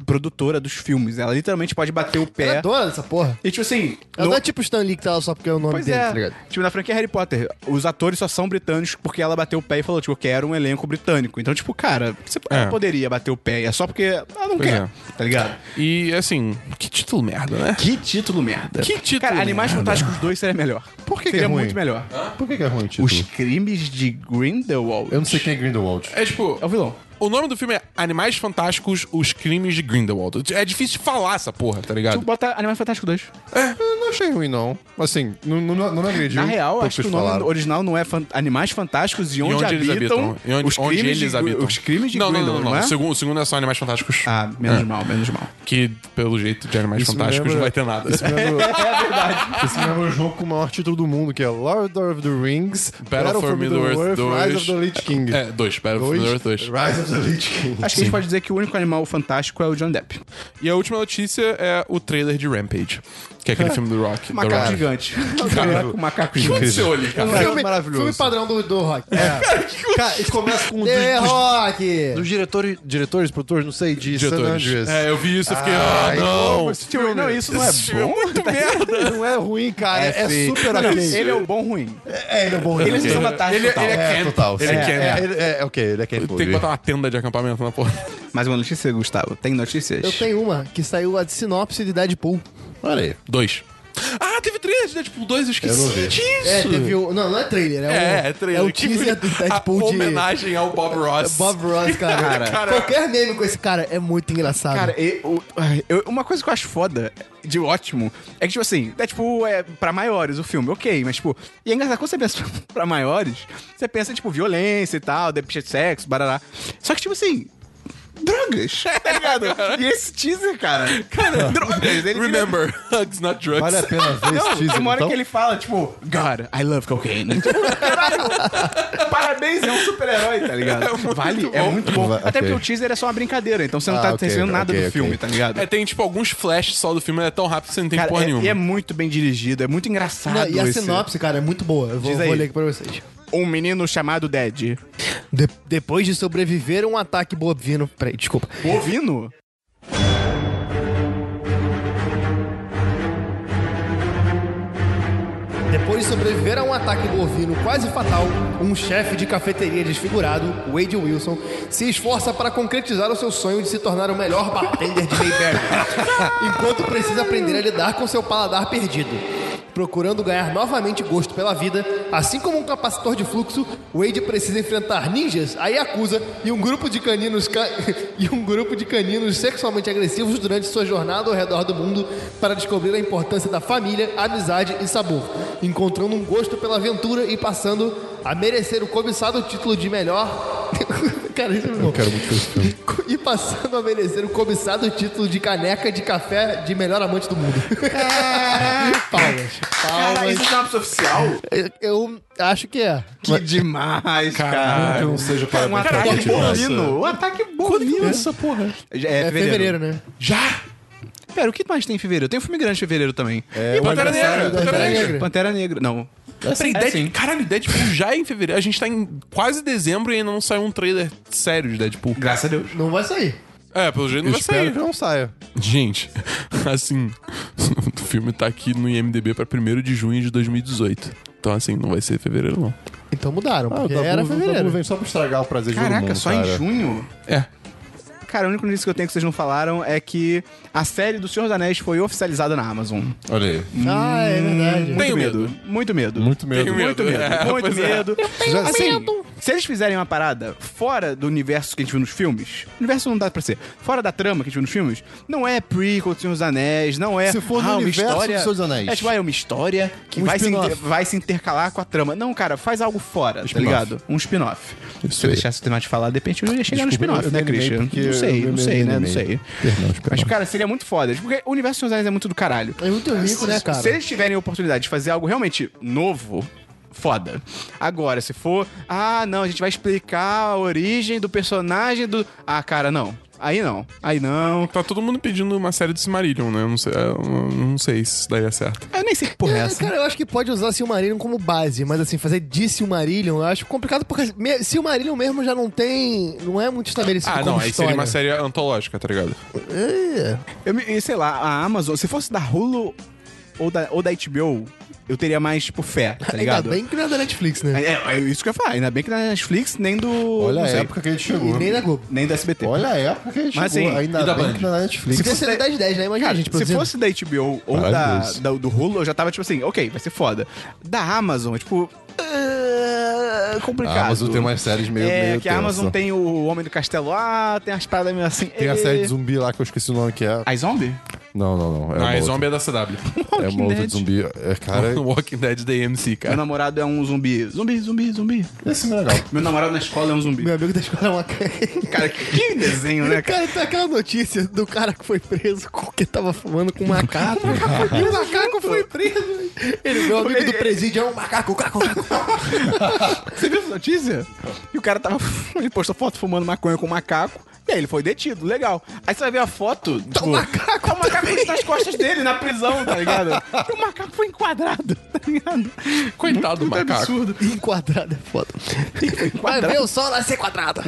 A: produtora dos filmes. Ela literalmente pode bater o
B: Ela é
A: pé.
B: dona dessa porra.
A: E tipo assim.
B: Ela
A: no-
B: não é tipo o Stan Lee que tá lá só porque é o nome
A: Pois
B: dele,
A: é.
B: tá ligado?
A: Tipo, na franquia Harry Potter, os atores só são britânicos porque ela bateu o pé e falou, tipo, eu quero um elenco britânico. Então, tipo, cara, você
C: É.
A: ela poderia bater o pé. É só porque ela não
C: Pois
A: quer,
C: é.
A: tá ligado?
C: E assim, que título merda, né?
A: Que título merda.
C: Que título
A: Cara, Animais
C: merda.
A: Fantásticos 2 seria melhor.
D: Por que que
A: Seria
D: é ruim?
A: muito melhor.
D: Por que, que é ruim o título?
A: Os crimes de Grindelwald.
D: Eu não sei quem é Grindelwald.
C: É tipo,
A: É o vilão.
C: o nome do filme é Animais Fantásticos, Os Crimes de Grindelwald. É difícil de falar essa porra, tá
A: Tu
C: ligado?
A: bota Animais Fantásticos 2.
D: É, Eu não achei ruim, não. Assim, não, não, não me agrediu.
A: Na real,
D: pelo
A: acho que o
D: vocês
A: nome
D: falaram.
A: original não é Fan- Animais Fantásticos e Onde, Habitam.
C: E onde,
A: os
C: onde
A: crimes
C: eles
A: de,
C: habitam.
A: Os crimes de
C: não, não,
A: Grindelwald,
C: não, não, não.
A: é?
C: O, segundo, o segundo é só Animais Fantásticos.
A: Ah, menos
C: É.
A: mal, menos mal.
C: Que, pelo jeito de Animais
D: Isso me
C: Fantásticos,
D: lembra-
C: não vai ter nada.
D: Esse mesmo,
A: <laughs>
D: Esse mesmo é o jogo com o maior título do mundo, que é Lord of the Rings,
C: Battle for
D: Rise
C: Middle-earth 2.
D: of the Lich King.
C: É, dois. Battle for
D: Dois,
C: Middle-earth 2.
D: Rise of the Lich King.
A: Acho que a gente pode dizer que o único animal fantástico é o John Depp.
C: E a última notícia é o trailer de Rampage, que é aquele filme do Rock.
A: Macaco
C: do Rock.
A: <laughs> gigante. Caraca, o macaco gigante.
C: aconteceu ali, cara?
D: Cara,
B: filme,
D: maravilhoso.
B: filme padrão do, do rock. É.
D: <laughs> Cara, e começa com um dos,
B: The
D: dos,
B: Rock!
D: dos diretores, diretores, produtores, não sei, de San
C: Diretores.
D: Andreas.
C: É, eu vi isso e fiquei, ah,
D: Ai,
C: não.
D: como
C: Esse
D: esse filme-
A: Não, isso não é
C: filme é
A: bom.
C: muito merda.
D: Não é ruim, cara. É,
A: feio.
D: super
A: Não,
D: ok.
A: Ele é o bom ruim.
D: É, ele é bom.
A: Ele é
D: ok.
A: Sessão da Tarde
C: Ele,
A: total.
C: ele é
D: É,
C: camp.
D: total.
C: Ele é
D: sim.
C: camp.
D: É, ele é, ok, ele é camp.
C: Tem que botar uma tenda de acampamento na porra. <laughs>
A: É. Mais uma notícia, Gustavo? Tem notícias?
B: Eu tenho uma que saiu a de sinopse de Deadpool.
D: Olha aí.
C: Dois. Ah, teve três, né? Tipo, dois, eu esqueci
D: Eu não vi.
C: disso.
B: É, teve o. Não, não é trailer, é,
C: É,
B: o,
C: é trailer.
B: É o
C: Que
B: teaser do Deadpool
C: a
B: de.
C: homenagem ao Bob Ross.
B: Bob Ross,
C: <laughs>
B: cara.
C: Cara.
B: Qualquer meme com esse cara é muito engraçado.
A: Cara, e- o- ai, eu- uma coisa que eu acho foda, de ótimo, é que, tipo assim, é tipo, é pra maiores o filme, ok, mas, tipo, e é engraçado, quando você pensa <laughs> pra maiores, você pensa, tipo, violência e tal, de sexo, barará. Só que, tipo assim, drogas, <laughs> tá ligado? e esse teaser, cara, cara, drogas, ele vira-
C: Remember, <laughs> hugs not drugs.
D: Vale a pena ver esse
A: Não,
D: teaser,
A: tem uma hora
D: então?
A: que ele fala, tipo, God, I love cocaine. Tipo, Caralho, parabéns, é um super-herói, tá ligado?
C: É muito
A: vale, é
C: bom.
A: muito bom.
D: Va-
A: Até
D: ok.
A: porque o teaser é só uma brincadeira, então você não
D: Ah,
A: tá
D: ok,
A: recebendo nada
D: ok,
A: do
D: ok.
A: filme, tá ligado?
C: É, tem, tipo, alguns flashes só do filme, é tão rápido que você não tem
A: Cara,
C: porra
A: é-
C: nenhuma.
A: e é muito bem dirigido, é muito engraçado
B: Não, e a
A: esse-
B: sinopse, cara, é muito boa. Eu vou,
A: Diz aí.
B: vou ler aqui pra vocês.
A: Um menino chamado Dead.
B: De- depois de sobreviver a um ataque bovino. Peraí, desculpa.
A: Bovino?
B: Depois de sobreviver a um ataque bovino quase fatal, um chefe de cafeteria desfigurado, Wade Wilson, se esforça para concretizar o seu sonho de se tornar o melhor bartender de Mayberry, <laughs> enquanto precisa aprender a lidar com seu paladar perdido. Procurando ganhar novamente gosto pela vida, assim como um capacitor de fluxo, Wade precisa enfrentar ninjas, a Yakuza e um grupo de caninos ca- <laughs> e um grupo de caninos sexualmente agressivos durante sua jornada ao redor do mundo para descobrir a importância da família, amizade e sabor, encontrando um gosto pela aventura e passando a merecer o cobiçado título de melhor. <laughs> Cara, isso é bom.
D: Eu quero muito ver esse filme.
B: <laughs> E passando a merecer o cobiçado título de caneca de café de melhor amante do mundo. <laughs> palmas, palmas.
A: é sinopse oficial?
B: Eu- Eu acho que é.
A: Que demais, cara.
D: Que não seja para
A: Um ataque bovino. Um ataque bovino. Essa porra. É,
B: É fevereiro,
A: né?
B: né?
C: Já?
A: Pera, o que mais tem em fevereiro? Tem um filme grande em fevereiro também.
D: É,
C: e
D: o
C: Pantera
D: aniversário
C: Negra,
D: da
C: Pantera
D: Jane.
C: Negra.
A: Pantera Negra. Não.
C: Peraí,
A: É
C: Dead...
A: sim.
C: caralho, Deadpool já é em fevereiro. A gente tá em quase dezembro e ainda não saiu um trailer sério de Deadpool.
A: Graças a Deus.
B: Não vai sair.
C: É, pelo jeito não
D: Eu
C: vai
D: espero
C: sair.
D: que não saia.
C: Gente, <laughs> assim, o filme tá aqui no IMDB pra 1 de junho de 2018. Então, assim, não vai ser fevereiro, não.
B: Então mudaram,
D: Ah, o
B: porque
D: Dabu,
B: era
D: o Dabu
B: fevereiro.
D: vem só pra estragar o prazer de todo
A: Caraca,
D: mundo,
A: só
D: cara.
A: em junho?
C: É.
A: Cara, a única notícia que eu tenho que vocês não falaram é que a série do Senhor dos Anéis foi oficializada na Amazon.
D: Olha aí.
B: Ah, é verdade.
C: Tenho
A: Muito medo. Muito medo.
C: Tá
D: Muito medo.
C: Tenho
A: Muito medo.
C: É,
A: muito
C: pois é.
A: medo.
D: Já-
A: Assim, Se eles fizerem uma parada fora do universo que a gente viu nos filmes, universo não dá pra ser, fora da trama que a gente viu nos filmes, não é prequel do Senhor dos Anéis, não é
D: Se for no
A: uma
D: universo do Senhor dos Anéis.
A: É tipo, ah, é uma história que
D: Um
A: vai, se
D: spin-off.
A: inter- vai se intercalar com a trama. Não, cara, faz algo fora, tá
D: Spin-off.
A: ligado? Um spin-off. Se eu
D: aí.
A: deixasse o tema de falar, de repente eu ia chegar
D: Desculpa,
A: no
D: eu
A: spin-off,
D: me
A: né,
D: animei
A: Christian?
D: porque
A: Não sei,
D: eu
A: não
D: me
A: sei, né? Não
D: animei.
A: sei.
D: Perdão, spin-off.
A: Mas, cara, seria muito foda. Porque o universo do Senhor dos Anéis é muito do caralho.
B: É muito rico, né, cara?
A: Se eles tiverem a oportunidade de fazer algo realmente novo, foda. Agora, se for, ah, não, a gente vai explicar a origem do personagem do. Ah, cara, não. Aí não. Aí não.
C: Tá todo mundo pedindo uma série de Silmarillion, né? Eu não sei, eu não sei se daria certo.
A: Eu nem sei que porra é
B: É,
A: essa.
B: Cara, eu acho que pode usar Silmarillion como base, mas assim, fazer de Silmarillion eu acho complicado porque me- Silmarillion mesmo já não tem. não é muito estabelecido.
C: Ah,
B: como
C: não, aí seria
B: história.
C: uma série antológica, tá ligado?
B: É.
A: Eu, me- sei lá, a Amazon, se fosse da Hulu ou da, ou da HBO, eu teria mais, tipo, fé, tá
B: Ainda
A: ligado?
B: bem que não é da Netflix, né?
A: É, é isso que eu ia falar. Ainda bem que na Netflix, nem do.
D: Olha
A: não
D: a
A: sei,
D: época que a gente
B: E
D: chegou.
B: nem da Globo.
A: Nem do SBT.
D: Olha a época que a gente
A: Mas,
D: chegou.
A: assim,
D: Ainda
C: e da
D: bem
C: Band?
D: que na Netflix.
B: Devia ser 10 10, né? Imagina a
A: Cara,
D: Tipo,
B: gente
A: se
B: produzindo.
A: fosse da HBO ou da,
D: Maravilhoso.
A: da- do Hulu, eu já tava tipo assim, ok, vai ser foda. Da Amazon, é tipo. ah, complicado.
D: A Amazon tem umas séries meio.
A: É,
D: meio
A: que a Amazon
D: tensa.
A: tem o Homem do Castelo lá, tem as paradas meio assim.
D: Tem a
A: eh.
D: série de zumbi lá que eu esqueci o nome que é.
A: A Zombie?
D: Não, não, não. É
C: ah,
D: uma
C: é
D: outra.
C: Zombie é da CW.
A: Oh,
D: É uma outra de zumbi. É,
A: <laughs>
D: cara.
C: <laughs> Walking Dead da AMC, cara.
A: Meu namorado é um zumbi. Zumbi, zumbi, zumbi.
D: Esse filme é legal.
A: Meu namorado na escola é um zumbi.
B: Meu amigo da escola é uma
A: Cara, que desenho,
B: <laughs>
A: né, cara?
B: Cara, tem aquela notícia do cara que foi preso porque tava fumando com um macaco.
A: <laughs>
B: e o macaco foi preso. Ele, meu amigo do presídio, é um macaco, macaco, macaco.
A: Você viu essa notícia? E o cara tava. Ele postou foto fumando maconha com um macaco. E aí ele foi detido, legal. Aí você vai ver a foto. Tá
B: um macaco
A: Tá o macaco nas costas dele, na prisão, tá ligado? E o macaco foi enquadrado, tá ligado?
C: Coitado do macaco.
A: absurdo.
B: E enquadrado é foda. Vai ver o sol nascer quadrado.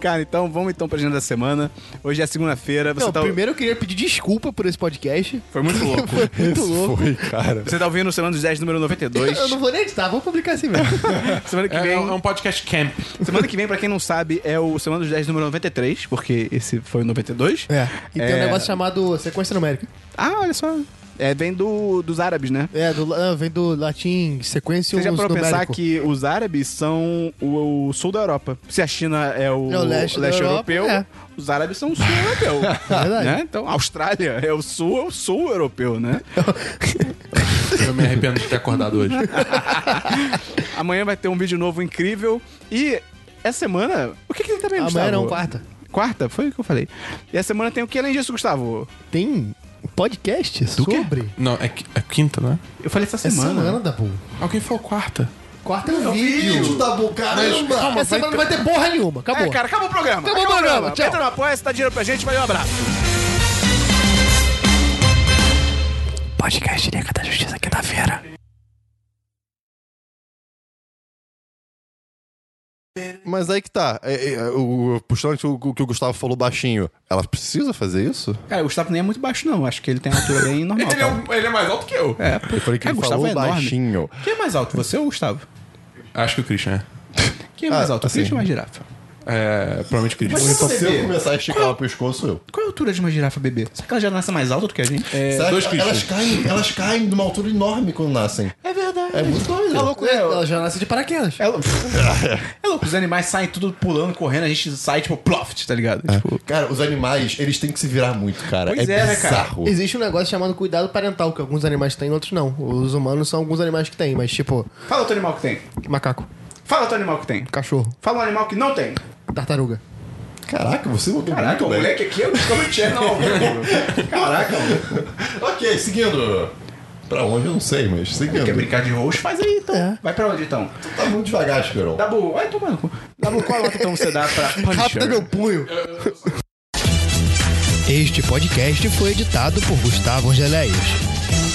A: cara, então vamos então pra agenda da semana. Hoje é segunda-feira. Você
B: Não,
A: tá.
B: primeiro eu queria pedir desculpa por esse podcast.
A: Foi muito
B: <laughs>
A: louco.
B: Foi muito louco.
D: Foi, cara.
A: Você tá ouvindo o Semana dos 10, número 92.
B: Eu não vou nem editar, vou publicar assim mesmo.
A: Semana que
C: É,
A: vem.
C: é um podcast camp.
A: Semana que vem, pra quem não sabe, é o Semana dos 10, número 93, porque esse foi o 92.
B: É. E tem
A: <laughs>
B: um
A: É.
B: negócio chamado sequência numérica.
A: Ah, olha só. É, vem do, dos árabes, né?
B: É, do, ah, vem do latim sequência
A: Você já parou pra pensar
B: <laughs> numérico.
A: que <laughs> os árabes são o, o sul da Europa. Se a China é o,
B: É o leste da Europa,
A: europeu,
B: é.
A: os árabes são o sul
B: <laughs>
A: europeu.
B: verdade.
A: né? Então, a Austrália é o sul, é o sul europeu, né?
C: Eu me arrependo de ter acordado hoje.
A: Amanhã vai ter um vídeo novo incrível. E essa semana... O que que tem também, Gustavo?
B: Amanhã não, quarta.
A: Quarta? Foi o que eu falei. E essa semana tem o que além disso, Gustavo?
B: Tem podcast
A: quê?
B: sobre...
C: Não, é, qui- é quinta, né?
A: Eu falei essa
B: É
A: semana.
B: semana, da Dabu.
C: Alguém falou quarta.
B: Quarta é o vídeo.
D: da tá caramba!
B: Essa semana não vai ter porra nenhuma. Acabou.
A: É, cara, acabou o programa.
B: Acabou o programa, tchau.
A: Entra no apoia, dá dinheiro pra gente. Valeu, um abraço.
B: podcast Liga da Justiça quinta-feira.
D: Mas aí que tá. É, é, o, o- puxando o que o, que o Gustavo falou baixinho, ela precisa fazer isso?
A: Cara, o Gustavo nem é muito baixo, não. Acho que ele tem uma altura <laughs> bem normal. tá?
C: Ele é, um- ele é mais alto que eu.
A: É,
D: Eu falei que
A: Cara,
D: ele
A: Gustavo
D: falou
A: é enorme.
D: baixinho.
A: Quem é mais alto, você ou o Gustavo?
C: Acho que o Christian é.
A: Quem é mais
D: Ah,
A: alto, o
D: assim.
A: Christian ou a girafa?
C: É, provavelmente o Christian.
A: Mas-
D: Só Então, se eu
A: Bebê.
D: começar a esticar ela pro pescoço, eu.
A: Qual é a altura de uma girafa bebê? Será que ela já nasce mais alta do que a gente?
C: É,
D: elas,
C: dois Christian.
D: caem, elas caem de uma altura enorme quando nascem.
A: É verdade.
D: É muito doido.
A: É louco, né?
B: Ela já nasce de paraquedas.
A: É louco. <laughs> É louco, os animais saem tudo pulando, correndo, a gente sai tipo ploft, tá ligado? Tipo,
D: Cara, os animais, eles têm que se virar muito, cara.
A: Pois
D: é,
A: é, né, cara?
D: bizarro.
B: Existe um negócio chamado cuidado parental, que alguns animais têm, outros não. Os humanos são alguns animais que têm, mas tipo,
A: Fala outro animal que tem.
B: macaco,
A: Fala outro animal que tem.
B: cachorro,
A: Fala um animal que não tem.
B: tartaruga.
D: Caraca, você mudou
A: Caraca, o
D: muito, velho.
A: moleque aqui é o Discovery Channel <laughs> ao vivo. Caraca, mano.
D: Ok, seguindo. Pra onde eu não sei, mas seguindo.
A: Quer brincar de roxo? Faz aí, então.
B: É.
A: Vai pra onde, então?
D: Tá muito devagar, Esperon.
A: Dabu, vai tomar no cu. Dabu, qual nota então você dá pra
B: Capta
A: Punisher?
B: meu punho. Este podcast foi editado por Gustavo Angeléias.